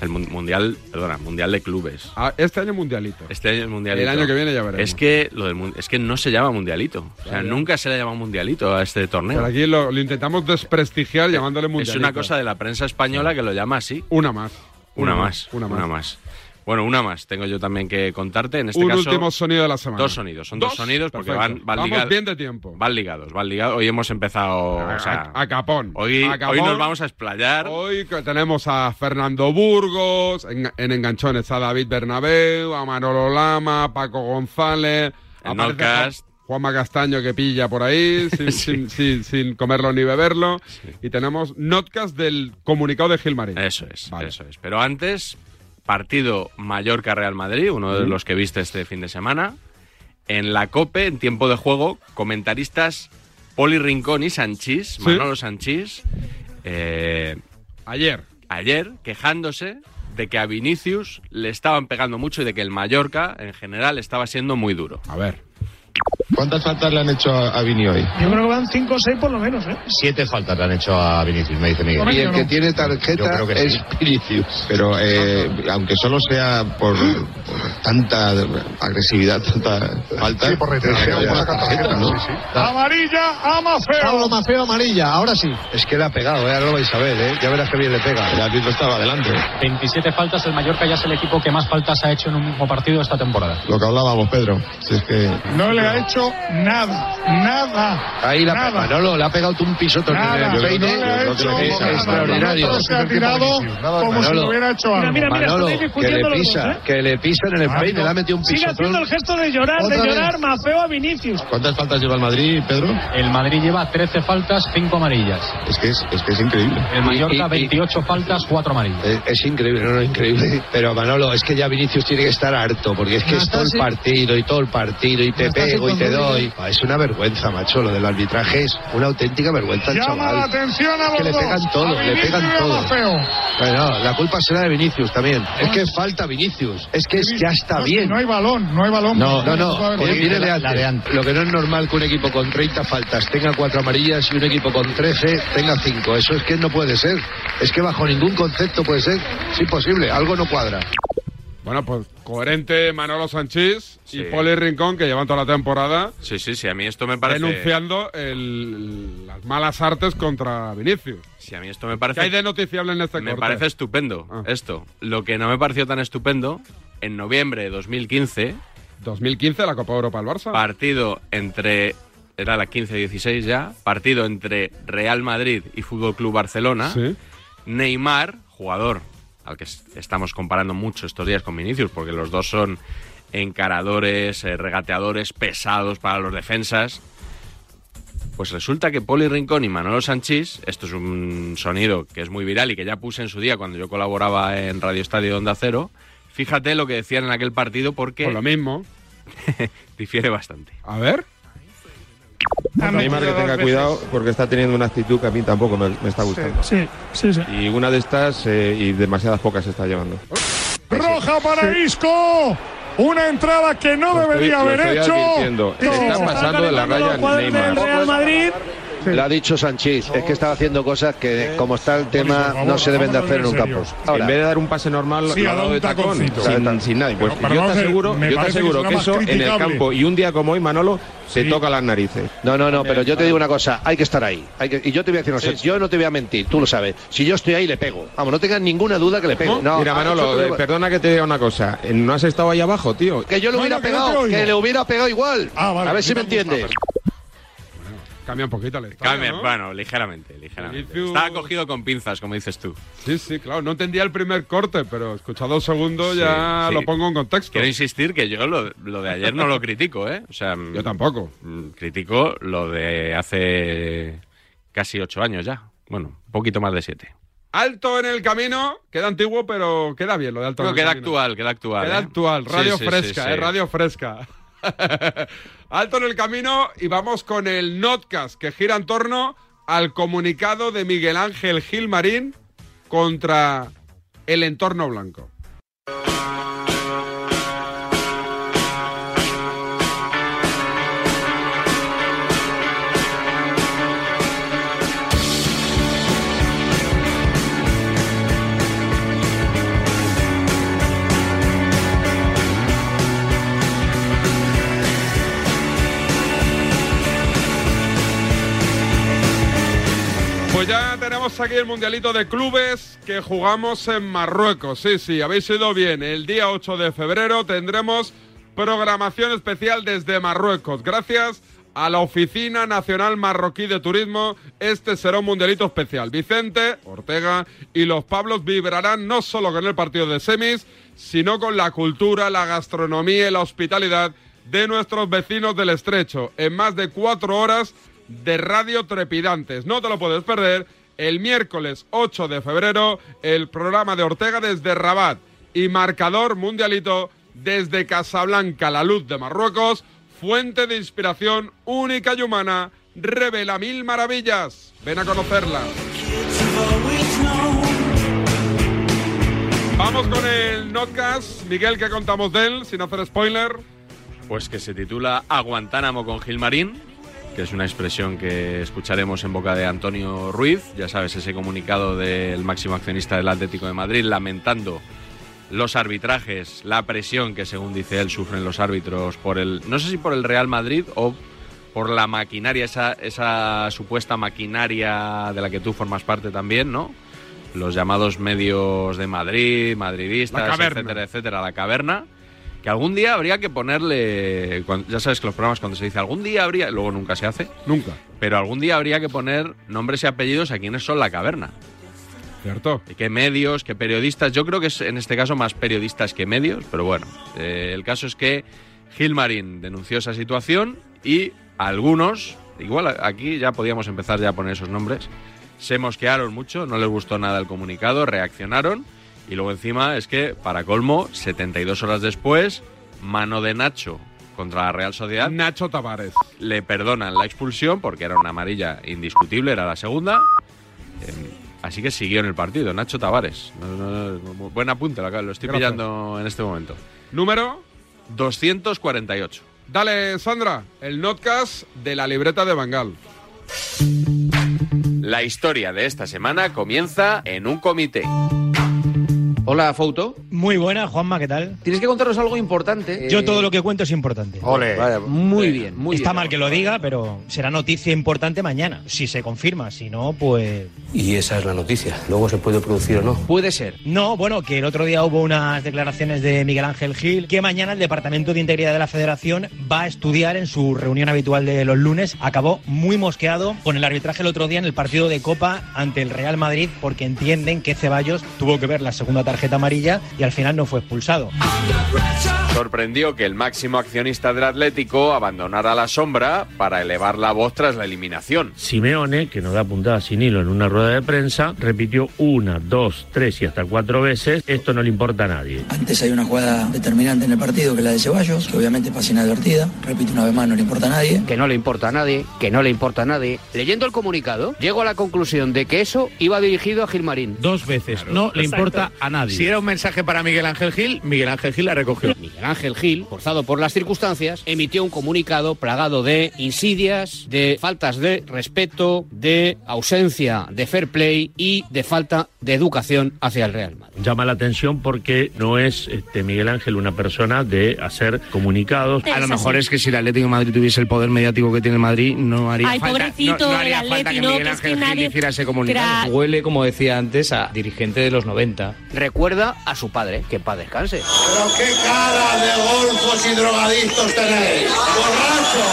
Speaker 2: El mun- mundial, perdona, mundial de clubes.
Speaker 1: Ah, este año mundialito.
Speaker 2: Este año el mundialito.
Speaker 1: El año que viene ya veremos.
Speaker 2: Es que, lo del mun- es que no se llama mundialito. O sea,
Speaker 1: Ya, ya.
Speaker 2: nunca se le ha llamado mundialito a este torneo.
Speaker 1: Pero aquí lo, lo intentamos desprestigiar llamándole
Speaker 2: es
Speaker 1: mundialito.
Speaker 2: una cosa de la prensa española que lo llama así.
Speaker 1: Una más.
Speaker 2: Una,
Speaker 1: Una
Speaker 2: más.
Speaker 1: más, una más.
Speaker 2: Una más. Bueno, una más. Tengo yo también que contarte. En este
Speaker 1: Un
Speaker 2: caso,
Speaker 1: último sonido de la semana.
Speaker 2: Dos sonidos. Son dos,
Speaker 1: Dos.
Speaker 2: sonidos porque
Speaker 1: Perfecto.
Speaker 2: van, van
Speaker 1: Vamos
Speaker 2: ligados.
Speaker 1: bien de tiempo. Ah,
Speaker 2: Van ligados, van ligados. Hoy hemos empezado. o sea,
Speaker 1: a, a capón.
Speaker 2: hoy,
Speaker 1: a capón.
Speaker 2: hoy nos vamos a explayar.
Speaker 1: Hoy que tenemos a Fernando Burgos, en, en enganchones a David Bernabéu, a Manolo Lama, a Paco González,
Speaker 2: En
Speaker 1: aparece
Speaker 2: Nordcast.
Speaker 1: Ju- Juanma Castaño que pilla por ahí sin, sin- sin- sin comerlo ni beberlo. Y tenemos notcast del comunicado de Gilmarín.
Speaker 2: Eso es, eso es. Pero antes, partido Mallorca-Real Madrid, uno de
Speaker 1: Ujú.
Speaker 2: los que viste este fin de semana. En la COPE, en tiempo de juego, comentaristas Poli Rincón y Sanchís, Manolo Sanchís, eh,
Speaker 1: ayer.
Speaker 2: ayer quejándose de que a Vinicius le estaban pegando mucho y de que el Mallorca, en general, estaba siendo muy duro.
Speaker 1: A ver.
Speaker 3: ¿Cuántas faltas le han hecho a, Vini hoy?
Speaker 15: Yo creo que van 5 o 6 por lo menos, ¿eh?
Speaker 3: Siete faltas le han hecho a Vinicius, me dice Miguel.
Speaker 15: Y el que
Speaker 3: tiene tarjeta es Vinicius. Pero eh, aunque solo sea por, por tanta agresividad, tanta falta. Sí, por
Speaker 15: Amarilla a Mafeo.
Speaker 3: Pablo Mafeo amarilla, ahora sí. Es que le ha pegado, ¿eh? ahora lo vais a ver, ¿eh? ya verás que bien le pega. El árbitro estaba adelante.
Speaker 16: 27 faltas, el Mallorca ya es el equipo que más faltas ha hecho en un mismo partido esta temporada.
Speaker 3: Lo que hablábamos, Pedro. Si es que...
Speaker 15: No le ha hecho nada, nada.
Speaker 3: Ah, Ahí la
Speaker 15: Nada.
Speaker 3: Manolo, le ha pegado tú un pisoto.
Speaker 15: Nada,
Speaker 3: Yo creo que-
Speaker 15: no
Speaker 3: yo
Speaker 15: le ha
Speaker 3: creo que
Speaker 15: hecho
Speaker 3: lo pisa.
Speaker 15: nada. Todo se ha tirado como si
Speaker 3: Manolo,
Speaker 15: lo hubiera hecho algo.
Speaker 3: Manolo, que le pisa,
Speaker 16: ¿eh?
Speaker 3: que le pisa en el empeine, le ha metido un
Speaker 15: Sigue haciendo
Speaker 3: pisotón.
Speaker 15: el gesto de llorar, de
Speaker 3: Otra vez.
Speaker 15: llorar Mafeo a Vinicius.
Speaker 3: ¿Cuántas faltas lleva el Madrid, Pedro?
Speaker 16: El Madrid lleva 13 faltas, 5 amarillas.
Speaker 3: Es que es, es que es increíble.
Speaker 16: El Mallorca 28 faltas, 4 amarillas.
Speaker 3: Es, es increíble, no, no, increíble. Pero Manolo, es que ya Vinicius tiene que estar harto, porque es que es todo el partido y todo el partido y te pego y te doy. Ah, Es una vergüenza, macho, lo del arbitraje es una auténtica vergüenza, el
Speaker 15: Llama
Speaker 3: chaval.
Speaker 15: la atención a
Speaker 3: Es
Speaker 15: los
Speaker 3: que le
Speaker 15: dos.
Speaker 3: pegan todo,
Speaker 15: a
Speaker 3: le
Speaker 15: Vinicius
Speaker 3: pegan
Speaker 15: y a
Speaker 3: todo.
Speaker 15: Mafeo.
Speaker 3: Bueno, la culpa será de Vinicius también. Es que falta Vinicius. Es que es, ya está
Speaker 15: No, es que
Speaker 3: bien.
Speaker 15: No hay balón, no hay balón.
Speaker 3: No, no,
Speaker 15: puede
Speaker 3: no.
Speaker 15: haber
Speaker 3: porque
Speaker 15: balón.
Speaker 3: viene de antes. Lo que no es normal que un equipo con 30 faltas tenga 4 amarillas y un equipo con 13 tenga 5. Eso es que no puede ser. Es que bajo ningún concepto puede ser. Es imposible. Algo no cuadra.
Speaker 1: Bueno, pues coherente Manolo Sanchís
Speaker 2: Sí.
Speaker 1: y Poli Rincón, que llevan toda la temporada
Speaker 2: Sí, sí, sí. A mí esto me parece.
Speaker 1: denunciando el- las malas artes contra Vinicius.
Speaker 2: Sí, a mí esto me parece.
Speaker 1: ¿Qué hay de noticiable en este
Speaker 2: Me
Speaker 1: corte? Ah.
Speaker 2: parece estupendo esto. Lo que no me pareció tan estupendo, en noviembre de 2015,
Speaker 1: 2015 la Copa Europa al Barça.
Speaker 2: partido entre. Era la 15-16 ya. Partido entre Real Madrid y Fútbol Club Barcelona.
Speaker 1: Sí.
Speaker 2: Neymar, jugador al que es- estamos comparando mucho estos días con Vinicius, porque los dos son encaradores, eh, regateadores pesados para los defensas. Pues resulta que Poli Rincón y Manolo Sanchís, esto es un sonido que es muy viral y que ya puse en su día cuando yo colaboraba en Radio Estadio Onda Cero, fíjate lo que decían en aquel partido porque...
Speaker 1: Por lo mismo.
Speaker 2: difiere bastante.
Speaker 1: A ver.
Speaker 17: Neymar que tenga cuidado porque está teniendo una actitud que a mí tampoco me, me está gustando.
Speaker 15: Sí, sí, sí.
Speaker 17: Y una de estas eh, y demasiadas pocas se está llevando.
Speaker 15: Roja para Isco. Una entrada que no debería
Speaker 17: lo
Speaker 15: haber
Speaker 17: estoy
Speaker 15: hecho.
Speaker 17: advirtiendo. Se está
Speaker 15: No.
Speaker 17: pasando de la raya
Speaker 15: Los jugadores del
Speaker 17: Neymar.
Speaker 15: Real Madrid.
Speaker 3: Lo ha dicho Sanchís. Es que estaba haciendo cosas que, como está el tema, no se deben de hacer en un campo.
Speaker 17: en vez de dar un pase normal,
Speaker 3: Sí,
Speaker 17: lo
Speaker 3: ha
Speaker 17: ha
Speaker 3: dado
Speaker 17: dado
Speaker 3: un
Speaker 17: de tacón.
Speaker 3: taconcito.
Speaker 17: Sin, sin nadie. Pues
Speaker 3: Pero,
Speaker 17: yo
Speaker 3: perdón,
Speaker 17: te aseguro,
Speaker 3: me
Speaker 17: yo te
Speaker 3: parece que
Speaker 17: aseguro
Speaker 3: es lo
Speaker 17: que
Speaker 3: más
Speaker 17: eso en el
Speaker 3: criticable.
Speaker 17: campo y un día como hoy, Manolo, se toca las narices.
Speaker 3: No, no, no, pero yo te digo una cosa, hay que estar ahí. Hay que- y yo te voy a decir, no sé, yo no te voy a mentir, tú lo sabes. Si yo estoy ahí, le pego. Vamos, no tengas ninguna duda que le pego. No, ah,
Speaker 17: Mira,
Speaker 3: ha
Speaker 17: Manolo,
Speaker 3: hecho
Speaker 17: eh,
Speaker 3: que-
Speaker 17: perdona que te diga una cosa. Eh, No has estado ahí abajo, tío.
Speaker 3: Que yo le hubiera
Speaker 15: Bueno, que no te
Speaker 3: pegado,
Speaker 15: oigo. Ah,
Speaker 3: que le hubiera pegado igual.
Speaker 15: vale,
Speaker 3: a ver si
Speaker 15: yo
Speaker 3: me
Speaker 15: tampoco.
Speaker 3: entiendes.
Speaker 1: Cambia un poquito el estadio,
Speaker 2: Cambia,
Speaker 1: ¿no?
Speaker 2: Bueno, ligeramente, ligeramente.
Speaker 1: Vinicius-
Speaker 2: Estaba cogido con pinzas, como dices tú.
Speaker 1: Sí, sí, claro. No entendía el primer corte, pero escuchado dos segundos
Speaker 2: Sí,
Speaker 1: ya
Speaker 2: sí.
Speaker 1: lo pongo en contexto.
Speaker 2: Quiero insistir que yo lo, lo de ayer no lo critico, ¿eh? O sea, yo
Speaker 1: tampoco.
Speaker 2: Critico lo de hace casi ocho años ya. Bueno, un poquito más de siete.
Speaker 1: Alto en el camino, queda antiguo, pero queda bien lo de alto
Speaker 2: Pero
Speaker 1: en el
Speaker 2: queda
Speaker 1: camino.
Speaker 2: actual, queda actual.
Speaker 1: Queda
Speaker 2: ¿eh?
Speaker 1: actual,
Speaker 2: Sí,
Speaker 1: radio
Speaker 2: sí, sí,
Speaker 1: fresca,
Speaker 2: sí.
Speaker 1: eh, radio fresca. Alto en el camino y vamos con el notcast que gira en torno al comunicado de Miguel Ángel Gil Marín contra el entorno blanco. Pues ya tenemos aquí el Mundialito de Clubes que jugamos en Marruecos. Sí, sí, habéis ido bien. El día 8 de febrero tendremos programación especial desde Marruecos. Gracias a la Oficina Nacional Marroquí de Turismo, este será un Mundialito especial. Vicente, Ortega y los Pablos vibrarán no solo con el partido de semis, sino con la cultura, la gastronomía y la hospitalidad de nuestros vecinos del estrecho. En más de cuatro horas de Radio Trepidantes. No te lo puedes perder el miércoles 8 de febrero, el programa de Ortega desde Rabat y marcador mundialito desde Casablanca, la luz de Marruecos, fuente de inspiración única y humana, revela mil maravillas. Ven a conocerla. Vamos con el notcast. Miguel, ¿qué contamos de él? Sin hacer spoiler.
Speaker 2: Pues que se titula A Guantánamo con Gilmarín, ¿eh? que es una expresión que escucharemos en boca de Antonio Ruiz. Ya sabes, ese comunicado del máximo accionista del Atlético de Madrid lamentando los arbitrajes, la presión que según dice él sufren los árbitros por el, no sé si por el Real Madrid o por la maquinaria, esa, esa supuesta maquinaria de la que tú formas parte también, ¿no? Los llamados medios de Madrid,
Speaker 1: La
Speaker 2: madridistas,
Speaker 1: caverna.
Speaker 2: etcétera, etcétera, la caverna. Que algún día habría que ponerle, cuan- ya sabes que los programas cuando se dice algún día habría, luego nunca se hace,
Speaker 1: Nunca.
Speaker 2: pero algún día habría que poner nombres y apellidos a quienes son la caverna.
Speaker 1: Cierto.
Speaker 2: Y qué medios, qué periodistas. Yo creo que es en este caso más periodistas que medios, pero bueno. Eh, el caso es que Gilmarín denunció esa situación y algunos, igual a- aquí ya podíamos empezar ya a poner esos nombres, se mosquearon mucho, no les gustó nada el comunicado, reaccionaron y luego encima es que, para colmo, 72 horas después, mano de Nacho contra la Real Sociedad.
Speaker 1: Nacho Tavares.
Speaker 2: Le perdonan la expulsión porque era una amarilla indiscutible, era la segunda. Eh, así que siguió en el partido, Nacho Tavares. No, no, no, bu- buen apunte, lo, acabo- lo estoy
Speaker 1: Gracias.
Speaker 2: pillando en este momento.
Speaker 1: Número
Speaker 2: 248.
Speaker 1: Dale, Sandra, el notcast de la libreta de Bangal.
Speaker 2: La historia de esta semana comienza en un comité.
Speaker 18: Hola, Fouto.
Speaker 4: Muy buena, Juanma, ¿qué tal?
Speaker 18: Tienes que contarnos algo importante.
Speaker 4: Eh, Yo todo lo que cuento es importante.
Speaker 18: Ole. Vaya, muy bien, muy
Speaker 4: Está
Speaker 18: bien.
Speaker 4: mal que lo diga, pero será noticia importante mañana, si se confirma. Si no, pues.
Speaker 19: Y esa es la noticia. Luego se puede producir o no.
Speaker 18: Puede ser.
Speaker 4: No, bueno, que el otro día hubo unas declaraciones de Miguel Ángel Gil, que mañana el Departamento de Integridad de la Federación va a estudiar en su reunión habitual de los lunes. Acabó muy mosqueado con el arbitraje el otro día en el partido de Copa ante el Real Madrid, porque entienden que Ceballos tuvo que ver la segunda tarjeta amarilla y al final no fue expulsado.
Speaker 2: Sorprendió que el máximo accionista del Atlético abandonara la sombra para elevar la voz tras la eliminación.
Speaker 20: Simeone, que nos da puntada sin hilo en una rueda de prensa, repitió una, dos, tres y hasta cuatro veces, esto no le importa a nadie.
Speaker 21: Antes hay una jugada determinante en el partido que es la de Ceballos, que obviamente pasa inadvertida. Repito una vez más, no le importa a nadie.
Speaker 22: que no le importa a nadie, que no le importa a nadie. Leyendo el comunicado, llego a la conclusión de que eso iba dirigido a Gilmarín.
Speaker 23: Dos veces.
Speaker 22: No le importa
Speaker 23: a nadie.
Speaker 22: Si era un mensaje para Miguel Ángel Gil, Miguel Ángel Gil la recogió. Miguel Ángel Gil, forzado por las circunstancias, emitió un comunicado plagado de insidias, de faltas de respeto, de ausencia de fair play y de falta de educación hacia el Real Madrid.
Speaker 20: Llama la atención porque no es este, Miguel Ángel una persona de hacer comunicados.
Speaker 22: A lo mejor
Speaker 20: es que si el Atlético de Madrid tuviese el poder mediático que tiene el Madrid, no
Speaker 22: haría
Speaker 24: Ay, pobrecito, el Atleti, no, que es que nadie... Tra-
Speaker 22: Huele, como decía antes, a dirigente de los 90. Recuerda a su padre, que en paz descanse.
Speaker 21: Pero qué cara de golfos y drogadictos tenéis. ¡Borracho!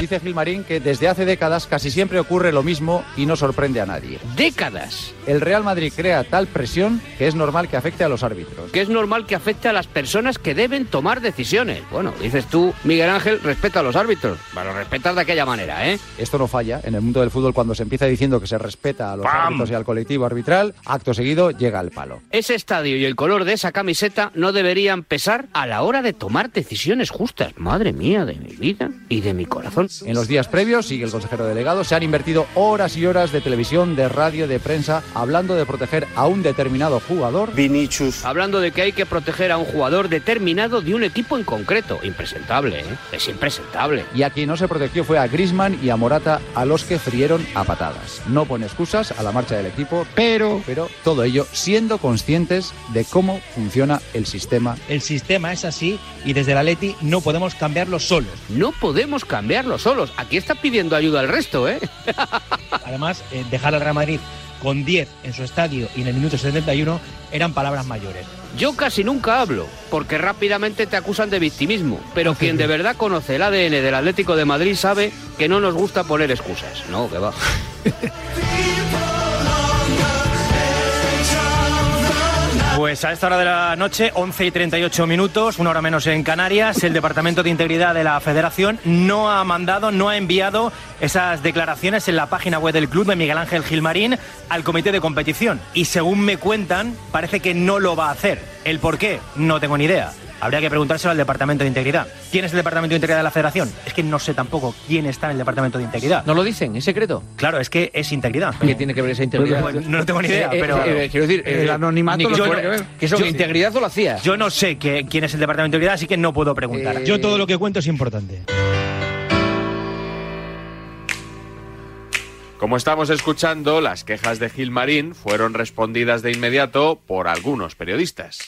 Speaker 3: Dice Gilmarín que desde hace décadas casi siempre ocurre lo mismo y no sorprende a nadie.
Speaker 22: Décadas.
Speaker 3: El Real Madrid crea tal presión que es normal que afecte a los árbitros.
Speaker 22: Que es normal que afecte a las personas que deben tomar decisiones. Bueno, dices tú, Miguel Ángel, respeta a los árbitros. Bueno, respetas de aquella manera, ¿eh?
Speaker 3: Esto no falla. En el mundo del fútbol, cuando se empieza diciendo que se respeta a los
Speaker 22: ¡Pam!
Speaker 3: árbitros y al colectivo arbitral, acto seguido llega al palo.
Speaker 22: Ese estadio y el color de esa camiseta no deberían pesar a la hora de tomar decisiones justas. Madre mía, de mi vida y de mi corazón.
Speaker 3: En los días previos, sigue el consejero delegado, se han invertido horas y horas de televisión, de radio, de prensa, hablando de proteger a un determinado jugador.
Speaker 22: Vinicius. Hablando de que hay que proteger a un jugador determinado de un equipo en concreto. Impresentable, ¿eh? Es impresentable.
Speaker 3: Y a quien no se protegió fue a Grisman y a Morata, a los que frieron a patadas. No pone excusas a la marcha del equipo, pero, pero todo ello siendo conscientes de cómo funciona el sistema.
Speaker 25: El sistema es así y desde la Leti no podemos cambiarlo solos.
Speaker 22: No podemos cambiarlo solos. Aquí está pidiendo ayuda al resto, ¿eh?
Speaker 25: Además, eh, dejar al Real Madrid con 10 en su estadio y en el minuto 71 eran palabras mayores.
Speaker 22: Yo casi nunca hablo, porque rápidamente te acusan de victimismo, pero quien de verdad conoce el ADN del Atlético de Madrid sabe que no nos gusta poner excusas. No, que va.
Speaker 4: Pues a esta hora de la noche, 11 y 38 minutos, una hora menos en Canarias, el Departamento de Integridad de la Federación no ha mandado, no ha enviado esas declaraciones en la página web del club de Miguel Ángel Gilmarín al comité de competición. Y según me cuentan, parece que no lo va a hacer. ¿El por qué? No tengo ni idea. Habría que preguntárselo al Departamento de Integridad. ¿Quién es el Departamento de Integridad de la Federación? Es que no sé tampoco quién está en el Departamento de Integridad.
Speaker 26: ¿No lo dicen? ¿Es secreto?
Speaker 4: Claro, es que es integridad.
Speaker 26: ¿Qué tiene que ver esa integridad?
Speaker 4: Bueno, no tengo ni idea,
Speaker 26: Pues Eh, eh,
Speaker 4: pero-
Speaker 26: eh, quiero decir,
Speaker 4: El anonimato
Speaker 26: ni que
Speaker 4: lo
Speaker 26: fuera
Speaker 4: tiene
Speaker 26: que
Speaker 4: que
Speaker 26: ver.
Speaker 4: ver.
Speaker 26: Que eso,
Speaker 4: Yo-
Speaker 26: que integridad o lo hacía.
Speaker 4: Yo no sé qué- quién es el Departamento de Integridad, así que no puedo preguntar.
Speaker 26: Eh,
Speaker 25: Yo todo lo que cuento es importante.
Speaker 27: Como estamos escuchando, las quejas de Gilmarín fueron respondidas de inmediato por algunos periodistas.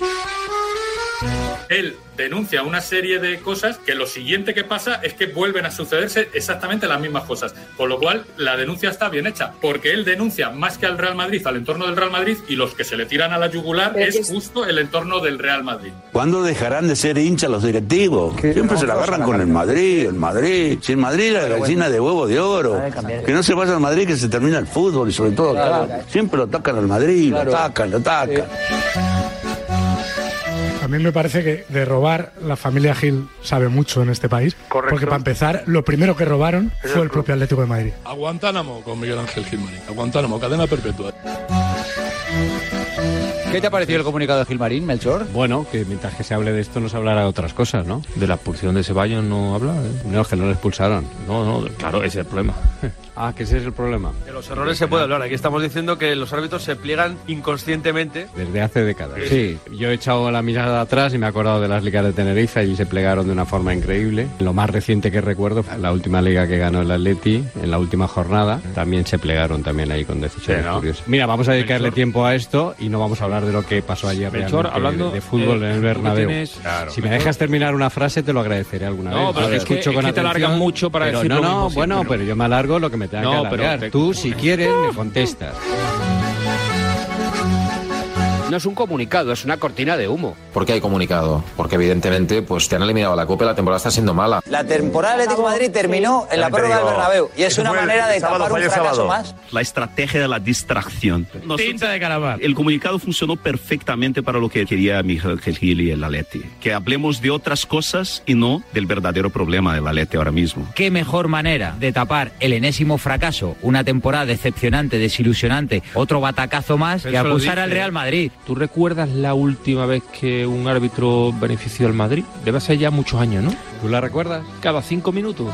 Speaker 28: Él denuncia una serie de cosas que lo siguiente que pasa es que vuelven a sucederse exactamente las mismas cosas. Con lo cual, la denuncia está bien hecha, porque él denuncia más que al Real Madrid, al entorno del Real Madrid, y los que se le tiran a la yugular es justo el entorno del Real Madrid.
Speaker 1: ¿Cuándo dejarán de ser hinchas los directivos? Siempre se la agarran con el Madrid, el Madrid. Si el Madrid la gallina de huevo de oro. Que no se vaya al Madrid que se termina el fútbol y sobre todo acá. Siempre lo atacan al Madrid, lo atacan, lo atacan.
Speaker 15: A mí me parece que de robar la familia Gil sabe mucho en este país.
Speaker 10: Correcto.
Speaker 15: Porque para empezar, lo primero que robaron
Speaker 10: Es el
Speaker 15: fue el
Speaker 10: club.
Speaker 15: propio Atlético de Madrid.
Speaker 10: A Guantánamo con Miguel Ángel Gilmarín. A Guantánamo, cadena perpetua.
Speaker 2: ¿Qué te ha parecido el comunicado de Gilmarín, Melchor? Bueno, que mientras que se hable de esto no se hablará de otras cosas, ¿no? De la expulsión de Ceballos no habla, ¿eh? No, es que no le expulsaron. No, no, claro, ese es el problema. ah, que ese es el problema.
Speaker 29: De los errores se puede hablar. Aquí estamos diciendo que los árbitros se pliegan inconscientemente.
Speaker 2: Desde hace décadas. Sí, yo he echado la mirada atrás y me he acordado de las ligas de Tenerife, allí se plegaron de una forma increíble. Lo más reciente que recuerdo, fue la última liga que ganó el Atleti, en la última jornada, también se plegaron también ahí con decisiones
Speaker 27: Sí, ¿no?
Speaker 2: curiosas. Mira, vamos a dedicarle tiempo a esto y no vamos a hablar de lo que pasó ayer
Speaker 27: Melchor,
Speaker 2: realmente,
Speaker 27: hablando,
Speaker 2: de, de fútbol
Speaker 27: eh,
Speaker 2: en el
Speaker 27: tú que
Speaker 2: Bernabéu.
Speaker 27: tienes- Claro.
Speaker 2: si me dejas terminar una frase te lo agradeceré alguna
Speaker 27: No,
Speaker 2: vez.
Speaker 27: pero
Speaker 2: Te
Speaker 27: es que-
Speaker 2: escucho
Speaker 27: es
Speaker 2: con
Speaker 27: que te alargan
Speaker 2: atención,
Speaker 27: mucho para
Speaker 2: pero
Speaker 27: decir
Speaker 2: No,
Speaker 27: lo
Speaker 2: no,
Speaker 27: mismo
Speaker 2: bueno,
Speaker 27: siempre, ¿no?
Speaker 2: pero yo me alargo lo que me tenga
Speaker 27: No,
Speaker 2: que
Speaker 27: pero
Speaker 2: alargar.
Speaker 27: te-
Speaker 2: Tú, si quieres, me contestas.
Speaker 22: No es un comunicado, es una cortina de humo.
Speaker 30: ¿Por qué hay comunicado? Porque evidentemente pues te han eliminado a la Copa y la temporada está siendo mala.
Speaker 31: La temporada del Atlético de Madrid terminó en la prórroga del Bernabéu y es una manera de tapar un fracaso más.
Speaker 32: La estrategia de la distracción.
Speaker 25: Tinta de calabar.
Speaker 32: El comunicado funcionó perfectamente para lo que quería Miguel Gil y el Aleti. Que hablemos de otras cosas y no del verdadero problema del Aleti ahora mismo.
Speaker 33: ¿Qué mejor manera de tapar el enésimo fracaso, una temporada decepcionante, desilusionante, otro batacazo más, que acusar al Real Madrid?
Speaker 2: ¿Tú recuerdas la última vez que un árbitro benefició al Madrid? Debe ser ya muchos años, ¿no? ¿Tú la recuerdas? Cada cinco minutos.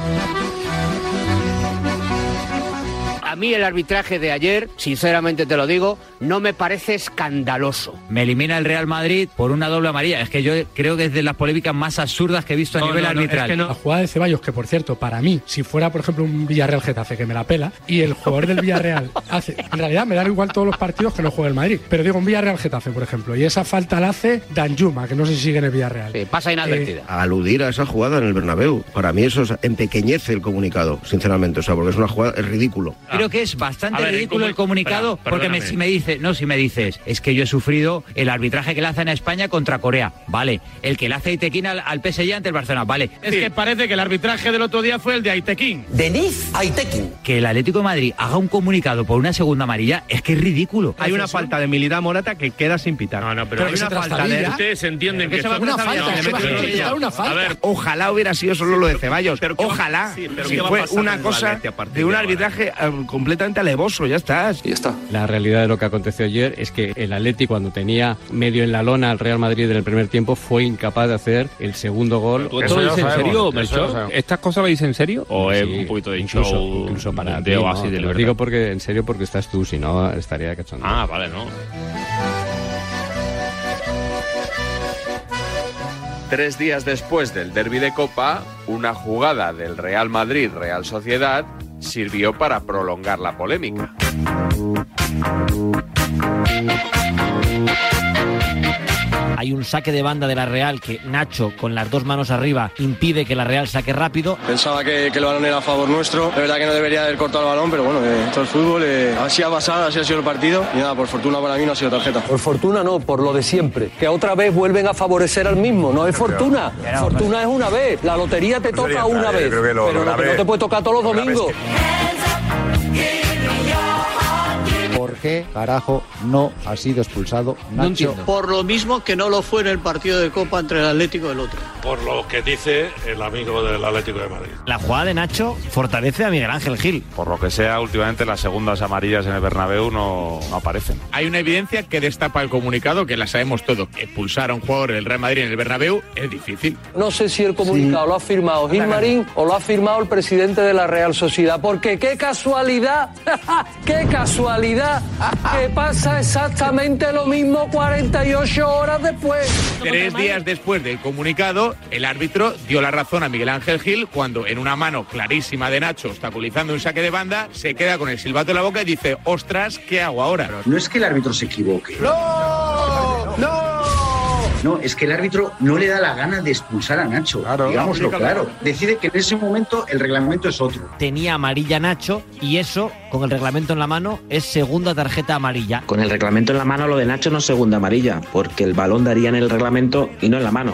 Speaker 22: A mí el arbitraje de ayer, sinceramente te lo digo, no me parece escandaloso.
Speaker 33: Me elimina el Real Madrid por una doble amarilla. Es que yo creo que es de las polémicas más absurdas que he visto a nivel arbitral.
Speaker 15: La jugada de Ceballos, que por cierto, para mí, si fuera por ejemplo un Villarreal Getafe que me la pela, y el jugador del Villarreal hace. En realidad me dan igual todos los partidos que no juega el Madrid. Pero digo, un Villarreal Getafe, por ejemplo, y esa falta eh, la hace Danjuma, que no se sigue en el Villarreal.
Speaker 22: Pasa inadvertida.
Speaker 32: aludir a esa jugada en el Bernabéu. Para mí eso es- empequeñece el comunicado, sinceramente. O sea, porque es una jugada, es ridículo.
Speaker 22: Creo
Speaker 34: Ah.
Speaker 33: creo que es bastante
Speaker 1: A ver,
Speaker 33: ridículo
Speaker 1: ¿cómo-
Speaker 33: el comunicado
Speaker 1: Espera,
Speaker 33: porque me-
Speaker 1: perdóname.
Speaker 33: si me dices, no, si me dices, es que yo he sufrido el arbitraje que le hacen a España contra Corea, vale, el que le hace Itequín al, al PSG ante el Barcelona, vale.
Speaker 3: Es que parece que el arbitraje del otro día fue el de Aitequín.
Speaker 33: Denis Aitequín. Que el Atlético de Madrid haga un comunicado por una segunda amarilla es que es ridículo.
Speaker 34: Hay una falta de Milidad Morata que queda sin pitar. No, no, Pero hay una falta de...
Speaker 35: Ustedes entienden que
Speaker 34: se va
Speaker 35: son-
Speaker 34: a No, falta, le meten el rodillo. A ver,
Speaker 35: Ojalá hubiera sido solo lo de Ceballos. Ojalá.
Speaker 34: sí, pero
Speaker 35: si
Speaker 34: ¿qué va a
Speaker 35: fue
Speaker 34: pasar
Speaker 35: una
Speaker 34: con
Speaker 35: cosa
Speaker 34: Valencia a partir
Speaker 35: de un arbitraje eh, completamente alevoso, ya estás. Y ya está.
Speaker 2: La realidad de lo que aconteció ayer es que el Atleti cuando tenía medio en la lona al Real Madrid en el primer tiempo fue incapaz de hacer el segundo gol.
Speaker 36: ¿Todo eso es en serio, Melchor? ¿Estas cosas lo veis en serio? ¿O es
Speaker 2: Sí,
Speaker 36: un poquito de
Speaker 2: incluso-
Speaker 36: show
Speaker 2: incluso para
Speaker 36: de
Speaker 2: ti,
Speaker 36: oasis de
Speaker 2: ¿no? Te lo
Speaker 36: libertad?
Speaker 2: digo porque en serio porque estás tú, si no estaría cachondo.
Speaker 36: Ah, vale, no.
Speaker 37: Tres días después del derby de Copa, una jugada del Real Madrid-Real Sociedad sirvió para prolongar la polémica.
Speaker 4: Hay un saque de banda de la Real que Nacho con las dos manos arriba impide que la Real saque rápido.
Speaker 38: Pensaba que, que el balón era a favor nuestro. De verdad que no debería haber cortado el balón, pero bueno, eh, esto es fútbol. eh, así ha pasado, así ha sido el partido. Y nada, por fortuna para mí no ha sido tarjeta.
Speaker 10: Por fortuna no, por lo de siempre. Que otra vez vuelven a favorecer al mismo. No es fortuna. Fortuna es una vez. La lotería te
Speaker 22: Eso ya
Speaker 10: toca
Speaker 22: está, yo
Speaker 10: una vez.
Speaker 22: creo que lo- lo
Speaker 10: pero no, que no
Speaker 22: grave-
Speaker 10: te puede tocar todos los
Speaker 22: lo grave es
Speaker 10: domingos.
Speaker 39: ¿Por qué carajo no ha sido expulsado Nacho?
Speaker 22: Por lo mismo que no lo fue en el partido de Copa entre el Atlético y el otro.
Speaker 15: Por lo que dice el amigo del Atlético de Madrid.
Speaker 4: La jugada de Nacho fortalece a Miguel Ángel Gil.
Speaker 40: Por lo que sea, últimamente las segundas amarillas en el Bernabéu no, no aparecen.
Speaker 1: Hay una evidencia que destapa el comunicado, que la sabemos todos. Expulsar a un jugador del Real Madrid en el Bernabéu es difícil.
Speaker 10: No sé si el comunicado lo ha firmado Gil Marín o lo ha firmado el presidente de la Real Sociedad. Porque qué casualidad, qué casualidad que pasa exactamente lo mismo 48 horas después.
Speaker 1: Tres días después del comunicado, el árbitro dio la razón a Miguel Ángel Gil cuando en una mano clarísima de Nacho, obstaculizando un saque de banda, se queda con el silbato en la boca y dice, ostras, ¿qué hago ahora?
Speaker 40: No es que el árbitro se equivoque. ¡No! ¡No! No, es que el árbitro no le da la gana de expulsar a Nacho. Digámoslo claro. Decide que en ese momento el reglamento es otro.
Speaker 4: Tenía amarilla Nacho y eso, con el reglamento en la mano, es segunda tarjeta amarilla.
Speaker 41: Con el reglamento en la mano, lo de Nacho no es segunda amarilla, porque el balón daría en el reglamento y no en la mano.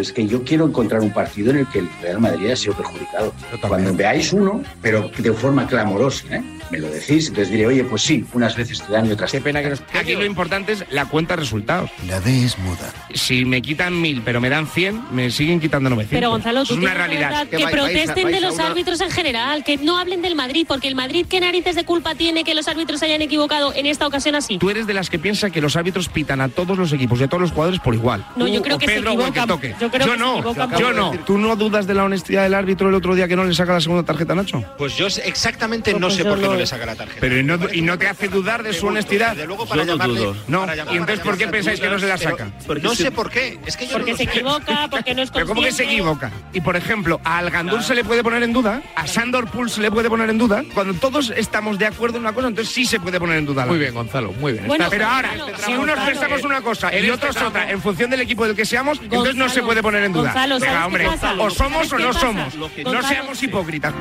Speaker 40: Es que yo quiero encontrar un partido en el que el Real Madrid ha sido perjudicado. Cuando veáis uno, pero de forma clamorosa, ¿eh? me lo decís, entonces diré, oye, pues sí, unas veces te dan y otras Qué pena que nos...
Speaker 3: Aquí lo importante es la cuenta de resultados.
Speaker 40: La D es muda.
Speaker 3: Si me quitan mil, pero me dan 100, me siguen quitando 900.
Speaker 17: Pero Gonzalo, tú
Speaker 3: es una
Speaker 17: tienes que
Speaker 3: realidad.
Speaker 17: verdad que, protesten de los árbitros en general, que no hablen del Madrid, porque el Madrid, ¿qué narices de culpa tiene que los árbitros se hayan equivocado en esta ocasión así?
Speaker 3: Tú eres de las que piensa que los árbitros pitan a todos los equipos y a todos los jugadores por igual.
Speaker 17: No, yo
Speaker 3: Tú
Speaker 17: creo
Speaker 3: o
Speaker 17: que se
Speaker 3: Pedro o el que
Speaker 17: equivocan.
Speaker 3: toque.
Speaker 17: Yo creo que se
Speaker 3: no,
Speaker 17: equivocan.
Speaker 3: yo no. ¿Tú no dudas de la honestidad del árbitro el otro día que no le saca la segunda tarjeta a Nacho?
Speaker 1: Pues yo exactamente
Speaker 17: Pues
Speaker 3: no sé por qué no le saca
Speaker 1: la tarjeta.
Speaker 3: Pero y no, y no te hace dudar de su honestidad.
Speaker 1: para Yo no llamarle- dudo.
Speaker 3: No.
Speaker 1: para llamar-
Speaker 3: ¿Y entonces
Speaker 1: para
Speaker 3: por qué
Speaker 1: llamarle
Speaker 3: pensáis que no se la
Speaker 1: dudas,
Speaker 3: saca?
Speaker 1: pero- porque No se- sé por qué, es que yo Porque no lo se sé.
Speaker 17: equivoca, porque
Speaker 4: Pues
Speaker 17: no es
Speaker 3: Pero cómo que se
Speaker 17: consciente.
Speaker 3: equivoca. Y por ejemplo, a Algandur se le puede poner en duda, a Sandor Pulse se le puede poner en duda. Cuando todos estamos de acuerdo en una cosa, entonces sí se puede poner en duda.
Speaker 1: Muy bien, Gonzalo, muy bien.
Speaker 3: Bueno,
Speaker 1: Estás-
Speaker 3: pero ahora, si unos
Speaker 1: Gonzalo,
Speaker 3: pensamos una cosa
Speaker 1: en
Speaker 3: y
Speaker 1: este
Speaker 3: otros
Speaker 1: tramo-
Speaker 3: otra, en función del equipo del que seamos, entonces no se puede poner en duda.
Speaker 1: Gonzalo, ¿sabes
Speaker 3: Venga,
Speaker 1: qué
Speaker 3: hombre,
Speaker 1: pasa?
Speaker 3: o somos
Speaker 1: ¿Sabes
Speaker 3: o
Speaker 1: qué
Speaker 3: no
Speaker 1: pasa?
Speaker 3: somos. No
Speaker 1: Gonzalo-
Speaker 3: seamos hipócritas.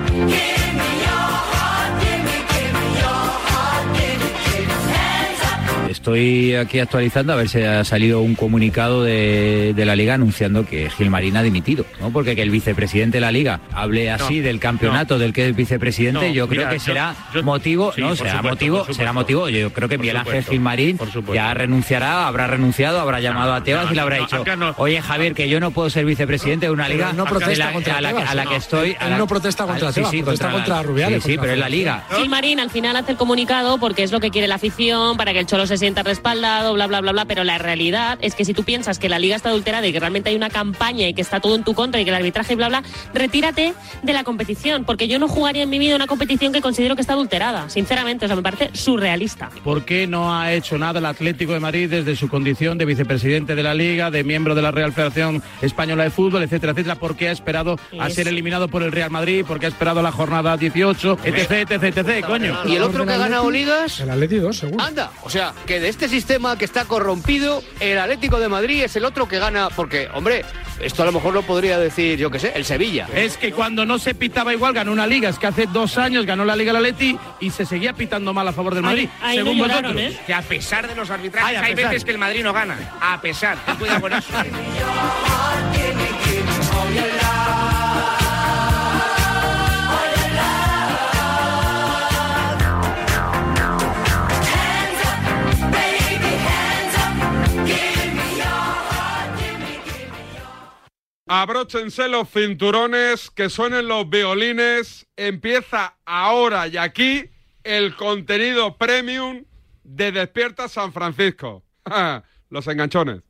Speaker 33: Estoy aquí actualizando a ver si ha salido un comunicado de, de la liga anunciando que Gilmarín ha dimitido, ¿no? Porque que el vicepresidente de la liga hable así del campeonato del que es vicepresidente,
Speaker 1: No,
Speaker 33: yo creo
Speaker 1: mira,
Speaker 33: que
Speaker 1: yo-
Speaker 33: será
Speaker 1: yo-
Speaker 33: motivo,
Speaker 1: sí,
Speaker 33: no,
Speaker 1: por
Speaker 33: será
Speaker 1: supuesto,
Speaker 33: motivo,
Speaker 1: por
Speaker 33: será
Speaker 1: supuesto.
Speaker 33: motivo. Yo creo que
Speaker 1: Por
Speaker 33: Miguel Ángel
Speaker 1: supuesto,
Speaker 33: Gilmarín
Speaker 1: por supuesto.
Speaker 33: ya renunciará, habrá renunciado, habrá llamado a Tebas
Speaker 1: no,
Speaker 33: y le habrá
Speaker 1: no,
Speaker 33: dicho,
Speaker 1: acá no.
Speaker 33: oye Javier, que yo no puedo ser vicepresidente de una
Speaker 42: Pero
Speaker 33: liga
Speaker 42: no protesta
Speaker 33: de la-
Speaker 42: contra
Speaker 33: a la,
Speaker 42: Tebas,
Speaker 33: a la
Speaker 42: no.
Speaker 33: que estoy. a
Speaker 42: Él
Speaker 33: la-
Speaker 42: no protesta
Speaker 33: a-
Speaker 42: contra
Speaker 33: sí,
Speaker 42: Tebas,
Speaker 33: sí,
Speaker 42: protesta
Speaker 33: la-
Speaker 42: contra Rubiales,
Speaker 33: Sí, sí,
Speaker 42: contra
Speaker 33: pero es la liga.
Speaker 17: Gil Marín al final hace el comunicado porque es lo que quiere la afición, para que el Cholo se sienta respaldado, bla, bla, bla, bla. Pero la realidad es que si tú piensas que la liga está adulterada y que realmente hay una campaña y que está todo en tu contra y que el arbitraje y bla, bla, retírate de la competición. Porque yo no jugaría en mi vida una competición que considero que está adulterada. Sinceramente, o sea, me parece surrealista.
Speaker 3: ¿Por qué no ha hecho nada el Atlético de Madrid desde su condición de vicepresidente de la Liga, de miembro de la Real Federación Española de Fútbol, etcétera, etcétera? ¿Por qué ha esperado a
Speaker 1: Eso.
Speaker 3: ser eliminado por el Real Madrid? ¿Por qué ha esperado a la jornada 18, etc, etc, etc, coño?
Speaker 1: ¿Y el otro que ha ganado ligas?
Speaker 42: El Atleti 2, seguro.
Speaker 1: Anda, o sea, que
Speaker 22: de este sistema que está corrompido, el Atlético de Madrid es el otro que gana. Porque, hombre, esto a lo mejor lo podría decir, yo qué sé, el Sevilla.
Speaker 43: Es que cuando no se pitaba igual ganó una liga. Es que hace dos años ganó la Liga el Atleti y se seguía pitando mal a favor del Madrid.
Speaker 10: Ahí- ahí
Speaker 43: según
Speaker 10: no lloraron,
Speaker 1: ¿eh?
Speaker 43: vosotros.
Speaker 10: Que a pesar de los arbitrajes,
Speaker 43: Ay, a
Speaker 10: hay
Speaker 43: pesar.
Speaker 10: veces que el Madrid no gana. A pesar, ten cuidado con eso.
Speaker 1: Abróchense los cinturones, que suenen los violines. Empieza ahora y aquí el contenido premium de Despierta San Francisco. los enganchones.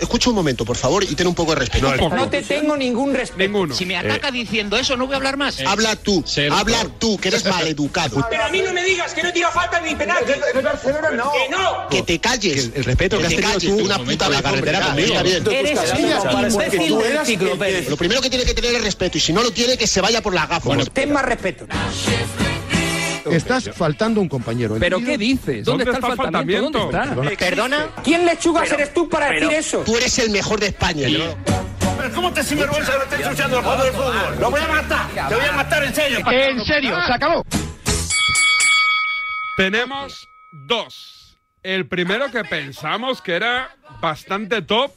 Speaker 4: Escucha un momento, por favor, y ten un poco de respeto.
Speaker 10: tengo ningún respeto.
Speaker 1: Ninguno.
Speaker 10: Si me ataca diciendo eso, no voy a hablar más.
Speaker 4: Habla tú, habla tú, que eres maleducado.
Speaker 10: Pero a mí no me digas que no tira falta ni penalti. Que no.
Speaker 4: Que te calles. El, respeto que has tenido tú una puta la carretera conmigo.
Speaker 10: Eres un imbécil del ciclo, Pérez.
Speaker 4: Lo primero que tiene que tener es respeto y si no lo tiene que se vaya por la gafa.
Speaker 10: ten más respeto.
Speaker 44: Estás faltando un compañero.
Speaker 10: dices?
Speaker 44: ¿Dónde está el faltamiento? ¿Dónde está?
Speaker 10: ¿Perdona? ¿Quién lechugas
Speaker 4: Pero-
Speaker 10: eres tú para
Speaker 4: pero-
Speaker 10: decir eso?
Speaker 4: Tú eres el mejor de España.
Speaker 10: Pero ¿cómo te sinvergüenza lo estás ensuciando el juego del fútbol? ¡Lo voy a matar! ¡Te voy a matar en serio!
Speaker 1: En serio, se
Speaker 4: acabó.
Speaker 1: Tenemos dos. El primero que pensamos que era bastante top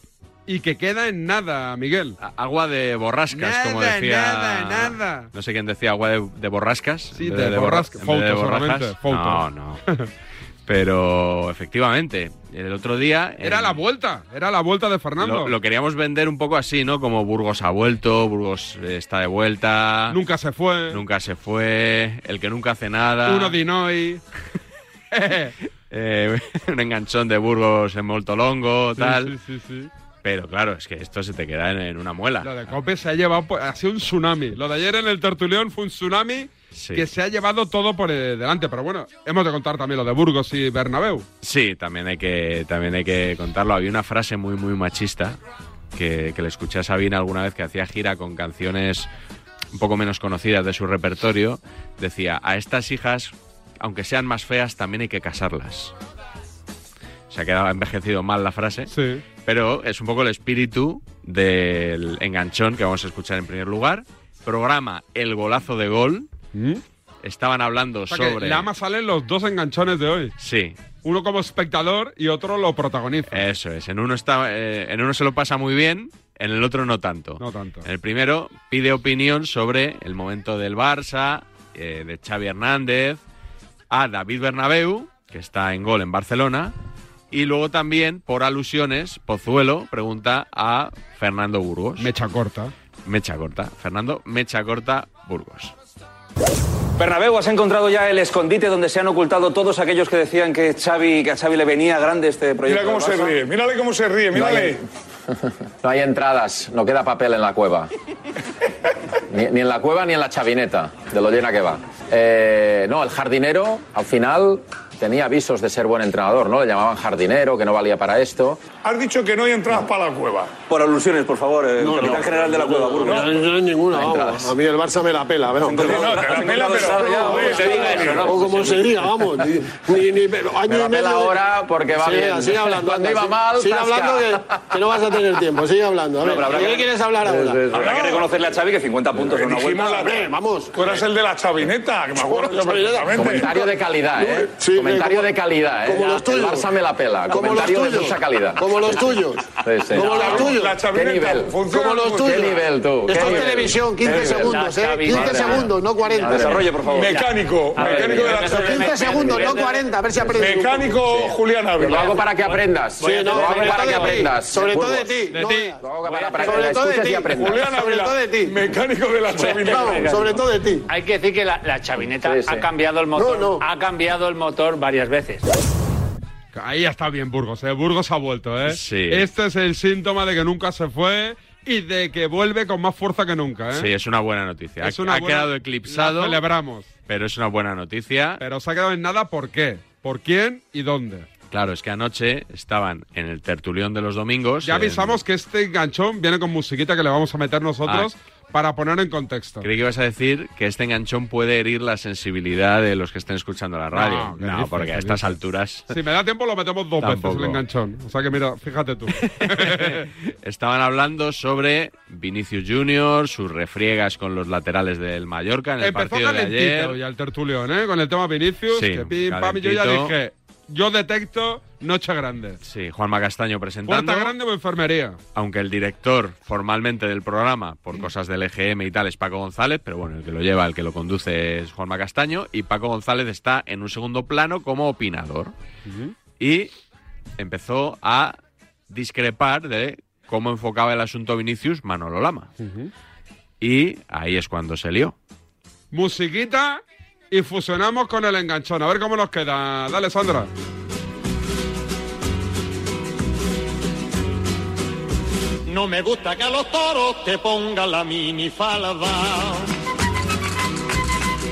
Speaker 1: y que queda en nada, Miguel.
Speaker 2: Agua de borrascas, como
Speaker 1: Nada,
Speaker 2: decía.
Speaker 1: nada, nada.
Speaker 2: No sé quién decía agua de, de borrascas.
Speaker 1: Sí,
Speaker 2: en
Speaker 1: de
Speaker 2: vez
Speaker 1: borrasca-
Speaker 2: borra- en vez de
Speaker 1: fotos
Speaker 2: borrajas.
Speaker 1: solamente, fotos.
Speaker 2: No, no. Pero efectivamente, el otro día.
Speaker 1: Era
Speaker 2: en-
Speaker 1: la vuelta, era la vuelta de Fernando.
Speaker 2: Lo, lo queríamos vender un poco así, ¿no? Como Burgos ha vuelto, Burgos eh, está de vuelta.
Speaker 1: Nunca se fue.
Speaker 2: Nunca se fue. El que nunca hace nada.
Speaker 1: Uno Dinoy.
Speaker 2: Eh, un enganchón de Burgos en Moltolongo,
Speaker 1: Sí,
Speaker 2: tal.
Speaker 1: sí, sí, sí.
Speaker 2: Pero claro, es que esto se te queda en, en una
Speaker 1: Lo
Speaker 2: muela.
Speaker 1: de Cope se ha llevado, por- ha sido un tsunami. Lo de ayer en el Tertulión fue un tsunami
Speaker 2: Sí.
Speaker 1: que se ha llevado todo por eh, delante. Pero bueno, hemos de contar también lo de Burgos y Bernabéu.
Speaker 2: Sí, también hay que, también hay que contarlo. Había una frase muy, muy machista que, que le escuché a Sabina alguna vez que hacía gira con canciones un poco menos conocidas de su repertorio. Decía, a estas hijas, aunque sean más feas, también hay que casarlas. Se ha quedado envejecido mal la frase. Pero es un poco el espíritu del enganchón que vamos a escuchar en primer lugar. Programa El Golazo de Gol. Estaban hablando
Speaker 1: O sea que
Speaker 2: sobre...
Speaker 1: Lama salen los dos enganchones de hoy.
Speaker 2: Sí.
Speaker 1: Uno como espectador y otro lo protagoniza.
Speaker 2: Eso es. En uno, está, eh, en uno se lo pasa muy bien, en el otro no tanto.
Speaker 1: No tanto.
Speaker 2: En el primero pide opinión sobre el momento del Barça, eh, de Xavi Hernández, a David Bernabeu, que está en gol en Barcelona. Y luego también, por alusiones, Pozuelo pregunta a Fernando Burgos.
Speaker 1: Mecha corta.
Speaker 2: Mecha corta. Fernando Mecha corta Burgos.
Speaker 3: Bernabéu, has encontrado ya el escondite donde se han ocultado todos aquellos que decían que Xavi, que a Xavi le venía grande este proyecto.
Speaker 15: Mira cómo se
Speaker 3: del Barça?
Speaker 15: ríe, mírale cómo se ríe,
Speaker 3: No hay-
Speaker 15: mírale.
Speaker 3: No hay entradas, no queda papel en la cueva. Ni, ni en la cueva ni en la chavineta, de lo llena que va. Eh, no, el jardinero al final tenía avisos de ser buen entrenador, ¿no? Le llamaban jardinero, que no valía para esto.
Speaker 15: Has dicho que no hay entradas para la cueva.
Speaker 3: Por alusiones, por favor, el
Speaker 15: No,
Speaker 3: capitán
Speaker 15: no.
Speaker 3: general de la cueva, Burgos.
Speaker 15: No, no hay ninguna, vamos. A mí el Barça me la pela, pero-
Speaker 3: No, te la pela, pero-
Speaker 15: Oye,
Speaker 3: se diga eso, ¿no?
Speaker 15: O como se diga, vamos. Ni, ni, ni- pero año
Speaker 3: Me la
Speaker 15: y medio.
Speaker 3: pela
Speaker 15: de-
Speaker 3: ahora porque va
Speaker 15: Sigue-
Speaker 3: bien.
Speaker 15: Sigue hablando.
Speaker 3: Cuando
Speaker 15: anda,
Speaker 3: iba
Speaker 15: sigue-
Speaker 3: mal,
Speaker 15: Sigue
Speaker 3: tasca.
Speaker 15: hablando que, que no vas a tener tiempo. Sigue hablando. A
Speaker 3: No,
Speaker 15: ver,
Speaker 3: pero habrá
Speaker 15: ¿de
Speaker 3: que-
Speaker 15: qué quieres hablar ahora?
Speaker 3: Sí, sí, sí. Habrá que reconocerle a Xavi que 50 puntos en una vuelta.
Speaker 15: Dijimos la hombre, vamos. Tú eras el de la chavineta, que me acuerdo perfectamente.
Speaker 3: Comentario de calidad, ¿eh?
Speaker 15: Sí,
Speaker 3: Comentario
Speaker 15: como-
Speaker 3: de calidad, ¿eh?
Speaker 15: como los
Speaker 3: El
Speaker 15: tuyos.
Speaker 3: Barça me la pela.
Speaker 15: Como los
Speaker 3: Comentario de
Speaker 15: tuyos.
Speaker 3: mucha calidad.
Speaker 15: Como los tuyos.
Speaker 3: Sí, sí. Ah,
Speaker 15: Como los tuyos.
Speaker 3: La chavineta, ¿Qué nivel? funciona
Speaker 15: Como los
Speaker 3: mucho.
Speaker 15: tuyos.
Speaker 3: ¿Qué nivel, tú? ¿Qué
Speaker 15: Esto es
Speaker 3: nivel?
Speaker 15: televisión, 15
Speaker 3: ¿Qué nivel?
Speaker 15: segundos, ¿eh?
Speaker 3: La
Speaker 15: 15
Speaker 3: chavineta.
Speaker 15: segundos, no 40.
Speaker 3: Desarrolle, por favor.
Speaker 15: Mecánico,
Speaker 3: A ver,
Speaker 15: mecánico de la
Speaker 3: nivel.
Speaker 15: chavineta. 15 segundos, no 40, a ver si aprendes. Mecánico Julián Ávila.
Speaker 3: Lo hago para que aprendas.
Speaker 15: Sí, no,
Speaker 3: lo hago
Speaker 15: sobre
Speaker 3: para
Speaker 15: todo
Speaker 3: que
Speaker 15: de ti,
Speaker 3: aprendas.
Speaker 15: sobre todo de
Speaker 3: ti.
Speaker 15: no
Speaker 3: Para que la escuches y aprendas.
Speaker 15: de ti. Mecánico de la chavineta. Vamos, sobre todo de ti.
Speaker 45: Hay que decir que la, la chavineta
Speaker 15: Sí, sí.
Speaker 45: ha cambiado el motor. Ha cambiado el motor varias veces.
Speaker 1: Ahí está bien Burgos, ¿eh? Burgos ha vuelto, ¿eh?
Speaker 2: Sí.
Speaker 1: Este es el síntoma de que nunca se fue y de que vuelve con más fuerza que nunca, ¿eh?
Speaker 2: Sí, es una buena noticia.
Speaker 1: Es
Speaker 2: ha
Speaker 1: una
Speaker 2: ha
Speaker 1: buena-
Speaker 2: quedado eclipsado.
Speaker 1: la celebramos.
Speaker 2: Pero es una buena noticia.
Speaker 1: Pero se ha quedado en nada, ¿por qué? ¿Por quién y dónde?
Speaker 2: Claro, es que anoche estaban en el tertulión de los domingos.
Speaker 1: Ya
Speaker 2: en- Ah.
Speaker 1: avisamos que este enganchón viene con musiquita que le vamos a meter nosotros para poner en contexto.
Speaker 2: Creí que ibas a decir que este enganchón puede herir la sensibilidad de los que estén escuchando la radio.
Speaker 1: No, ¿qué
Speaker 2: No,
Speaker 1: dices,
Speaker 2: porque
Speaker 1: qué
Speaker 2: a estas
Speaker 1: dices?
Speaker 2: alturas
Speaker 1: Si me da tiempo lo metemos dos
Speaker 2: Tampoco.
Speaker 1: veces el enganchón. O sea que mira, fíjate tú.
Speaker 2: estaban hablando sobre Vinicius Junior, sus refriegas con los laterales del Mallorca en el
Speaker 1: Empezó
Speaker 2: partido de
Speaker 1: calentito
Speaker 2: ayer.
Speaker 1: ya el tertulión, ¿eh? Con el tema Vinicius,
Speaker 2: Sí,
Speaker 1: que pim, pam, y yo ya
Speaker 2: calentito.
Speaker 1: dije, yo detecto noche grande.
Speaker 2: Sí, Juanma Castaño presentando.
Speaker 1: Puerta grande o enfermería.
Speaker 2: aunque el director formalmente del programa, por cosas del EGM y tal, es Paco González, pero bueno, el que lo lleva, el que lo conduce es Juanma Castaño, y Paco González está en un segundo plano como opinador. Y empezó a discrepar de cómo enfocaba el asunto Vinicius Manolo Lama. Y ahí es cuando se lió.
Speaker 1: Musiquita y fusionamos con el enganchón. A ver cómo nos queda. Dale, Sandra.
Speaker 7: No me gusta que a los toros te pongan la minifalda.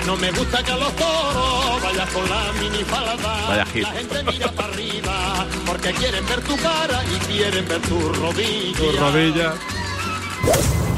Speaker 7: No me gusta que a los toros vayas con la minifalda.
Speaker 2: Vaya hit.
Speaker 7: La gente mira para arriba porque quieren ver tu cara y quieren ver tu rodilla.
Speaker 1: Tu rodilla.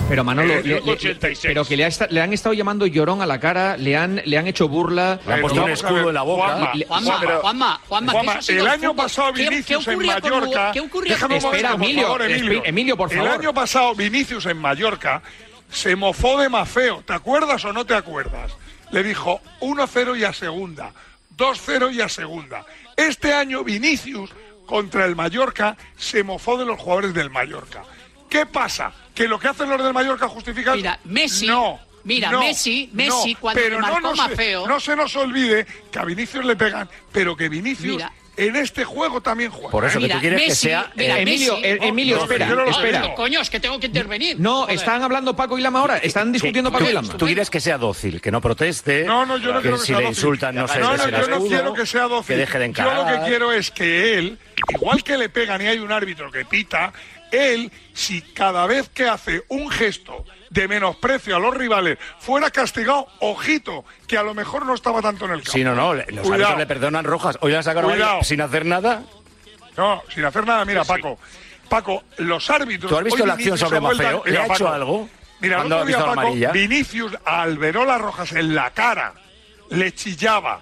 Speaker 3: Pero Manolo,
Speaker 7: Eh,
Speaker 3: le-
Speaker 7: minuto
Speaker 3: le-
Speaker 7: 86.
Speaker 3: pero que le, ha esta- le han estado llamando llorón a la cara, le han, le han hecho burla,
Speaker 7: Le han puesto un escudo en la boca. Juanma,
Speaker 3: Le-
Speaker 7: Juanma,
Speaker 3: pero-
Speaker 7: Juanma, Juanma, que eso ha sido
Speaker 15: el año
Speaker 7: fútbol.
Speaker 15: pasado
Speaker 7: ¿Qué-
Speaker 15: Vinicius
Speaker 7: qué
Speaker 15: en
Speaker 7: ocurría con Uruguay?
Speaker 15: Mallorca.
Speaker 7: ¿Qué ocurría
Speaker 15: Déjame un
Speaker 7: con- Espera,
Speaker 15: momento, por
Speaker 3: Emilio,
Speaker 15: favor,
Speaker 3: espe- Emilio, por favor.
Speaker 15: El año pasado Vinicius en Mallorca se mofó de Mafeo. ¿Te acuerdas o no te acuerdas? Le dijo 1-0 y a segunda, 2-0 y a segunda. Este año Vinicius contra el Mallorca se mofó de los jugadores del Mallorca. ¿Qué pasa? ¿Que lo que hacen los del Mallorca justifica? Mira,
Speaker 33: Messi-
Speaker 15: No.
Speaker 33: mira,
Speaker 15: no,
Speaker 33: Messi-
Speaker 15: no,
Speaker 33: Messi, cuando
Speaker 15: pero
Speaker 33: le
Speaker 15: no
Speaker 33: marcó
Speaker 15: nos-
Speaker 33: Mafeo-
Speaker 15: no se nos olvide que a Vinicius le pegan, pero que Vinicius
Speaker 33: Mira.
Speaker 15: en este juego también juega.
Speaker 3: Por eso, que Mira, tú quieres que Messi- sea, eh, mira, Emilio, Messi- eh, Emilio, espera,
Speaker 15: yo lo
Speaker 3: espera.
Speaker 15: digo.
Speaker 33: Coño, es que tengo que intervenir.
Speaker 3: No, están hablando Paco y Lama ahora, están discutiendo Paco y Lama.
Speaker 10: Tú quieres que sea dócil, que no proteste.
Speaker 15: No, no, yo no
Speaker 10: que
Speaker 15: quiero que
Speaker 10: si
Speaker 15: sea
Speaker 10: le
Speaker 15: dócil.
Speaker 10: insultan no se
Speaker 15: No, no,
Speaker 10: les
Speaker 15: yo no
Speaker 10: escudo,
Speaker 15: quiero que sea dócil.
Speaker 10: Que deje de encarar.
Speaker 15: Yo lo que quiero es que él, igual que le pegan y hay un árbitro que pita, él, si cada vez que hace un gesto de menosprecio a los rivales fuera castigado, ojito, que a lo mejor no estaba tanto en el campo.
Speaker 10: Sí, no, no, le- los
Speaker 15: Cuidado.
Speaker 10: árbitros le perdonan rojas. Hoy la han sacado
Speaker 15: Cuidado.
Speaker 10: amarilla sin hacer nada.
Speaker 15: No, sin hacer nada, mira, Paco. Paco, los árbitros.
Speaker 10: ¿Tú has visto
Speaker 15: hoy
Speaker 10: la acción
Speaker 15: Vinicius
Speaker 10: sobre
Speaker 15: ha vuelto a-
Speaker 10: Mafeo? ¿Le
Speaker 15: Mira,
Speaker 10: ha hecho
Speaker 15: Paco,
Speaker 10: algo?
Speaker 15: Mira, el
Speaker 10: ¿Cuándo
Speaker 15: otro
Speaker 10: ha
Speaker 15: día,
Speaker 10: visto la
Speaker 15: Paco,
Speaker 10: amarilla?
Speaker 15: Vinicius a Alberola Rojas en la cara le chillaba.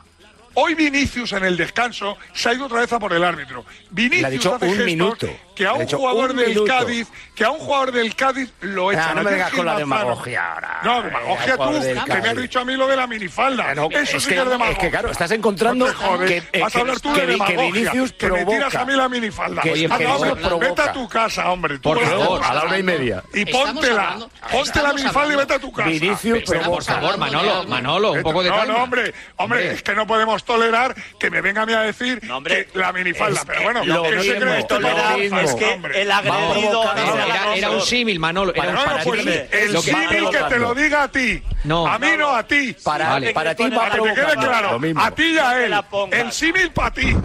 Speaker 15: Hoy Vinicius en el descanso se ha ido otra vez a por el árbitro. Vinicius
Speaker 10: Le ha dicho
Speaker 15: hace
Speaker 10: un
Speaker 15: gestos
Speaker 10: minuto.
Speaker 15: que a
Speaker 10: Le ha
Speaker 15: un
Speaker 10: dicho
Speaker 15: jugador
Speaker 10: un
Speaker 15: del
Speaker 10: minuto.
Speaker 15: Cádiz, que a un jugador del Cádiz lo
Speaker 10: Ah,
Speaker 15: echan.
Speaker 10: no me
Speaker 15: Ayer
Speaker 10: vengas con la
Speaker 15: Gil Manzano-
Speaker 10: demagogia ahora.
Speaker 15: No,
Speaker 10: Eh,
Speaker 15: demagogia
Speaker 10: jugador
Speaker 15: tú,
Speaker 10: del
Speaker 15: que me has
Speaker 10: Cádiz.
Speaker 15: dicho a mí lo de la minifalda.
Speaker 10: Ah, no,
Speaker 15: Eso
Speaker 10: es
Speaker 15: sí
Speaker 10: que-
Speaker 15: que es demagogia.
Speaker 10: es que, claro, estás encontrando
Speaker 15: No te jodes,
Speaker 10: que- eh,
Speaker 15: vas a
Speaker 10: que-
Speaker 15: hablar tú
Speaker 10: que
Speaker 15: de
Speaker 10: Vi- que
Speaker 15: demagogia,
Speaker 10: Vinicius
Speaker 15: que me tiras
Speaker 10: provoca.
Speaker 15: a mí la minifalda.
Speaker 10: Que-
Speaker 15: Oye,
Speaker 10: que
Speaker 15: Manolo,
Speaker 10: Vinicius
Speaker 15: vete a
Speaker 10: provoca.
Speaker 15: tu casa, hombre. tú
Speaker 10: Por
Speaker 15: vas
Speaker 10: favor,
Speaker 15: tu casa.
Speaker 10: a la hora y media.
Speaker 15: Y
Speaker 10: Estamos
Speaker 15: póntela,
Speaker 10: hablando-
Speaker 15: ponte la
Speaker 10: estamos
Speaker 15: minifalda y
Speaker 10: hablando-
Speaker 15: vete a tu casa.
Speaker 10: Vinicius Pero, pero, por provoca. favor, Manolo, Manolo, un poco de
Speaker 15: no,
Speaker 10: calma.
Speaker 15: No, hombre, hombre,
Speaker 10: Hombre.
Speaker 15: es que no podemos tolerar que me venga a mí a decir que la minifalda.
Speaker 10: es
Speaker 15: Pero
Speaker 10: que
Speaker 15: bueno,
Speaker 10: lo
Speaker 15: ¿qué se
Speaker 10: mismo,
Speaker 15: cree este
Speaker 10: lo
Speaker 15: Manolo?
Speaker 10: mismo. Es que
Speaker 15: Hombre.
Speaker 10: el agredido
Speaker 3: Era- Era, era un símil, Manolo. Era
Speaker 10: Para-
Speaker 3: un
Speaker 10: no, no,
Speaker 3: para
Speaker 10: pues,
Speaker 3: ti.
Speaker 10: el
Speaker 3: Lo que-
Speaker 10: símil
Speaker 15: Mil que te lo diga a ti.
Speaker 3: No.
Speaker 15: a mí no, a ti.
Speaker 10: Para- Vale. para ti va
Speaker 15: Para que te quede
Speaker 10: provocando.
Speaker 15: claro.
Speaker 10: Lo mismo.
Speaker 15: A ti y a
Speaker 10: No te
Speaker 15: él.
Speaker 10: la pongas.
Speaker 15: El símil para ti.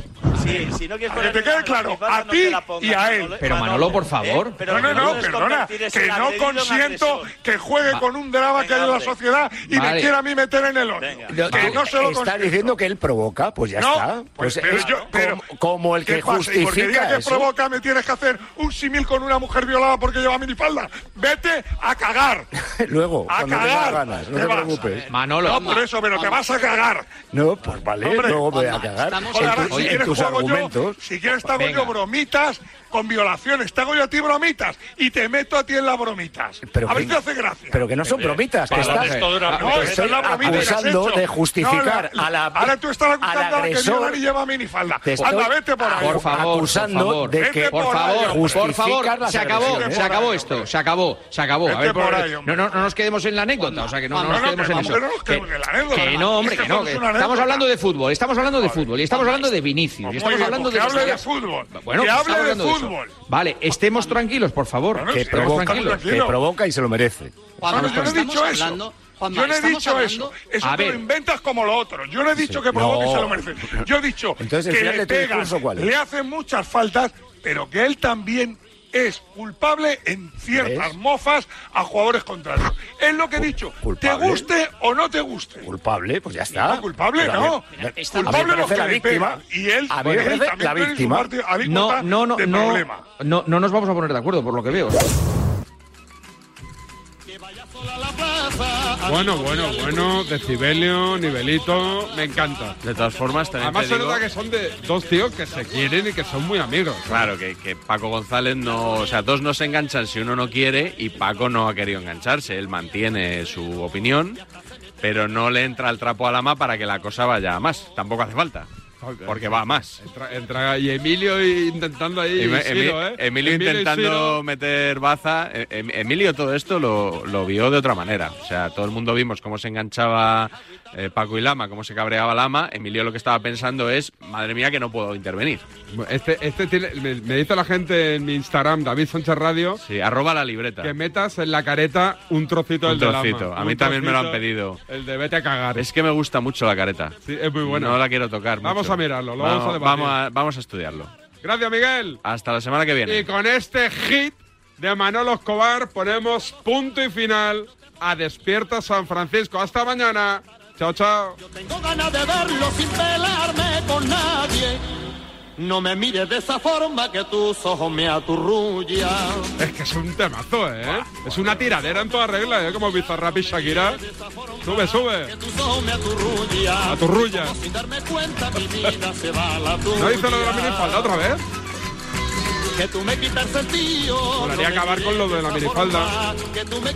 Speaker 15: Sí, si no quieres que te quede claro, a ti y a él.
Speaker 3: Pero Manolo, por favor.
Speaker 15: No, no, no, perdona, que no consiento que juegue
Speaker 10: Va-
Speaker 15: con un drama que hay en la sociedad y me
Speaker 10: Vale.
Speaker 15: quiera a mí meter en el hoyo. Que
Speaker 10: Tú
Speaker 15: no se lo
Speaker 10: estás
Speaker 15: consiento.
Speaker 10: diciendo que él provoca, pues ya
Speaker 15: No,
Speaker 10: está.
Speaker 15: pues,
Speaker 10: Pues
Speaker 15: pero
Speaker 10: es
Speaker 15: yo-
Speaker 10: como-
Speaker 15: pero-
Speaker 10: como, el
Speaker 15: ¿Qué
Speaker 10: que
Speaker 15: pasa? Y porque digas
Speaker 10: justifica
Speaker 15: que
Speaker 10: eso.
Speaker 15: provoca, me tienes que hacer un símil con una mujer violada porque lleva minifalda. Vete a cagar.
Speaker 10: Luego,
Speaker 15: a
Speaker 10: cuando
Speaker 15: cagar.
Speaker 10: tengas ganas, no
Speaker 15: Te
Speaker 10: te
Speaker 15: vas.
Speaker 10: preocupes.
Speaker 15: No, por eso, pero te vas a cagar.
Speaker 10: No, pues vale,
Speaker 15: Hombre,
Speaker 10: luego me voy a
Speaker 15: Juanma,
Speaker 10: cagar.
Speaker 15: estamos-
Speaker 10: En,
Speaker 15: Ahora,
Speaker 10: tu-
Speaker 15: si
Speaker 10: en
Speaker 15: quieres
Speaker 10: tus
Speaker 15: juego yo,
Speaker 10: argumentos.
Speaker 15: si quieres te hago
Speaker 10: Venga.
Speaker 15: yo bromitas con violaciones, te hago yo a ti bromitas y te meto a ti en las bromitas.
Speaker 10: Pero
Speaker 15: a ver si
Speaker 10: que-
Speaker 15: te hace gracia.
Speaker 10: Pero que no son bromitas, que
Speaker 15: eh, Para
Speaker 10: estás
Speaker 15: esto de una
Speaker 10: a-
Speaker 15: bromita,
Speaker 10: te estoy
Speaker 15: es una bromita que has
Speaker 10: acusando
Speaker 15: hecho.
Speaker 10: de justificar
Speaker 15: No, la-
Speaker 10: a la
Speaker 15: Ahora tú estás
Speaker 10: al
Speaker 15: acusando a la que
Speaker 10: agresor.
Speaker 15: viola y lleva minifalda.
Speaker 10: Te estoy
Speaker 15: Anda, vete por ahí.
Speaker 3: Por favor,
Speaker 10: acusando
Speaker 3: por favor,
Speaker 10: de que-
Speaker 3: por favor, por
Speaker 10: justificas
Speaker 3: favor,
Speaker 10: las
Speaker 3: se acabó,
Speaker 10: agresiones.
Speaker 3: se acabó esto, se acabó, se acabó. A
Speaker 10: Vete
Speaker 3: ver,
Speaker 10: por
Speaker 3: por-
Speaker 10: ahí,
Speaker 3: no, no, no nos quedemos en la anécdota, o sea que no, no
Speaker 10: Juanma,
Speaker 3: nos
Speaker 10: no,
Speaker 3: quedemos en
Speaker 10: Juanma,
Speaker 3: eso.
Speaker 10: no nos
Speaker 3: Que,
Speaker 10: quedemos en la anécdota.
Speaker 3: que no, hombre,
Speaker 10: Es que
Speaker 3: que no.
Speaker 10: somos
Speaker 3: que
Speaker 10: una
Speaker 3: estamos
Speaker 10: anécdota.
Speaker 3: hablando de fútbol, estamos hablando de fútbol y estamos hablando de Vinicius, y estamos
Speaker 10: bien,
Speaker 3: hablando
Speaker 10: pues
Speaker 3: de
Speaker 10: que hable de
Speaker 3: Casillas.
Speaker 10: fútbol,
Speaker 3: Bueno,
Speaker 10: que
Speaker 3: pues
Speaker 10: hable
Speaker 3: estamos
Speaker 10: de
Speaker 3: hablando de eso.
Speaker 10: fútbol.
Speaker 3: Vale, estemos tranquilos, por favor.
Speaker 10: que,
Speaker 3: estemos
Speaker 10: provoca,
Speaker 3: tranquilos.
Speaker 10: que provoca y se lo merece.
Speaker 15: Juanma, yo no he dicho eso. yo no he dicho eso. Eso
Speaker 10: A
Speaker 15: te lo
Speaker 10: ver.
Speaker 15: inventas como lo otro. Yo no he dicho
Speaker 10: Sí.
Speaker 15: que provoque y
Speaker 10: No.
Speaker 15: se lo merece. Yo he dicho
Speaker 10: Entonces, el
Speaker 15: que
Speaker 10: final
Speaker 15: le
Speaker 10: de tu
Speaker 15: pegan,
Speaker 10: discurso, ¿cuál es?
Speaker 15: le hacen muchas faltas, pero que él también es culpable en ciertas mofas a jugadores contrarios. Es lo que he dicho. Te guste o no te guste.
Speaker 10: Culpable, pues ya está.
Speaker 15: No, culpable
Speaker 10: Pero a
Speaker 15: no.
Speaker 10: mí- a mí me
Speaker 15: Culpable los
Speaker 10: parece
Speaker 15: que
Speaker 10: la
Speaker 15: le
Speaker 10: víctima.
Speaker 15: pegan. Y él,
Speaker 10: A mí me
Speaker 15: bueno, él
Speaker 10: parece
Speaker 15: también
Speaker 10: la
Speaker 15: tiene su
Speaker 10: víctima.
Speaker 15: parte alícuota
Speaker 3: No, no, no,
Speaker 15: de
Speaker 3: no,
Speaker 15: problema.
Speaker 3: no, no nos vamos a poner de acuerdo por lo que veo.
Speaker 1: Bueno, bueno, bueno, decibelio, nivelito, me encanta.
Speaker 2: De todas formas, también
Speaker 1: Además
Speaker 2: te
Speaker 1: se
Speaker 2: digo-
Speaker 1: nota que son de dos tíos que se quieren y que son muy amigos.
Speaker 2: Claro, que, que Paco González no. O sea, dos no se enganchan si uno no quiere y Paco no ha querido engancharse. Él mantiene su opinión, pero no le entra el trapo a la ama para que la cosa vaya a más. Tampoco hace falta, porque va a más.
Speaker 1: Entra, entra- y Emilio y- intentando ahí.
Speaker 2: Emi-
Speaker 1: Ciro,
Speaker 2: Emi-
Speaker 1: ¿eh?
Speaker 2: Emilio
Speaker 1: y Ciro.
Speaker 2: intentando meter baza. Em- Em- Emilio todo esto lo, lo vio de otra manera. O sea, todo el mundo vimos cómo se enganchaba eh, Paco y Lama, cómo se cabreaba Lama. Emilio lo que estaba pensando es, madre mía, que no puedo intervenir.
Speaker 1: Este, este tiene- me, me dice la gente en mi Instagram, David Sánchez Radio,
Speaker 2: Sí, arroba la libreta.
Speaker 1: que metas en la careta un trocito
Speaker 2: Un
Speaker 1: del de Lama.
Speaker 2: trocito. A mí
Speaker 1: Un
Speaker 2: también me lo han
Speaker 1: trocito,
Speaker 2: pedido.
Speaker 1: El de vete a cagar.
Speaker 2: Es que me gusta mucho la careta.
Speaker 1: Sí, es muy buena.
Speaker 2: No la quiero tocar.
Speaker 1: Vamos
Speaker 2: mucho.
Speaker 1: a mirarlo, lo vamos a debatir.
Speaker 2: Vamos a, vamos a estudiarlo.
Speaker 1: Gracias, Miguel.
Speaker 2: Hasta la semana que viene.
Speaker 1: Y con este hit de Manolo Escobar ponemos punto y final a Despierta San Francisco. Hasta mañana. Chao, chao.
Speaker 7: Tengo ganas de verlo sin pelarme con nadie. No me mires de esa forma que tus ojos me aturrullan.
Speaker 1: Es que es un temazo, ¿eh? es una tiradera en toda regla, ¿eh? Como Bizarrap y Shakira. Sube, sube.
Speaker 7: Tus ojos me aturrullan.
Speaker 1: Aturrulla.
Speaker 7: Como sin darme cuenta mi vida se va a la tuya.
Speaker 1: ¿No hizo lo de la minifalda otra vez?
Speaker 7: Que tú me quitas el tío.
Speaker 1: Molaría acabar con lo de la minifalda.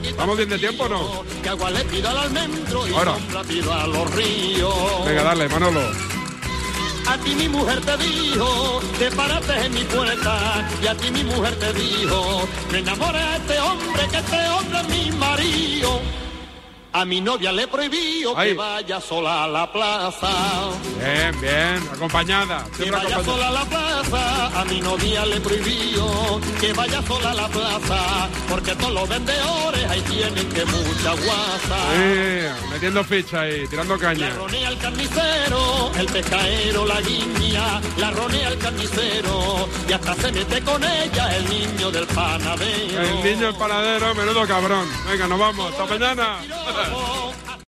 Speaker 1: ¿Estamos bien de tiempo o no?
Speaker 7: Que agua le tiro al almendro y
Speaker 1: Ahora.
Speaker 7: sombra tiro a los ríos.
Speaker 1: Venga, dale, Manolo.
Speaker 7: A ti mi mujer te dijo, te paraste en mi puerta. Y a ti mi mujer te dijo, me enamoré de este hombre, que este hombre es mi marido. A mi novia le prohibió que vaya sola a la plaza.
Speaker 1: Bien, bien. Acompañada.
Speaker 7: Que
Speaker 1: Siempre
Speaker 7: vaya sola a
Speaker 1: acompañada.
Speaker 7: la plaza, a mi novia le prohibió que vaya sola a la plaza, porque todos los vendedores ahí tienen que mucha guasa.
Speaker 1: Eh, metiendo ficha ahí, tirando caña.
Speaker 7: Ronea el carnicero, el pescaero, la guiña, la ronea el carnicero, y hasta se mete con ella el niño del panadero.
Speaker 1: El niño el panadero, menudo cabrón. Venga, nos vamos. Hasta mañana.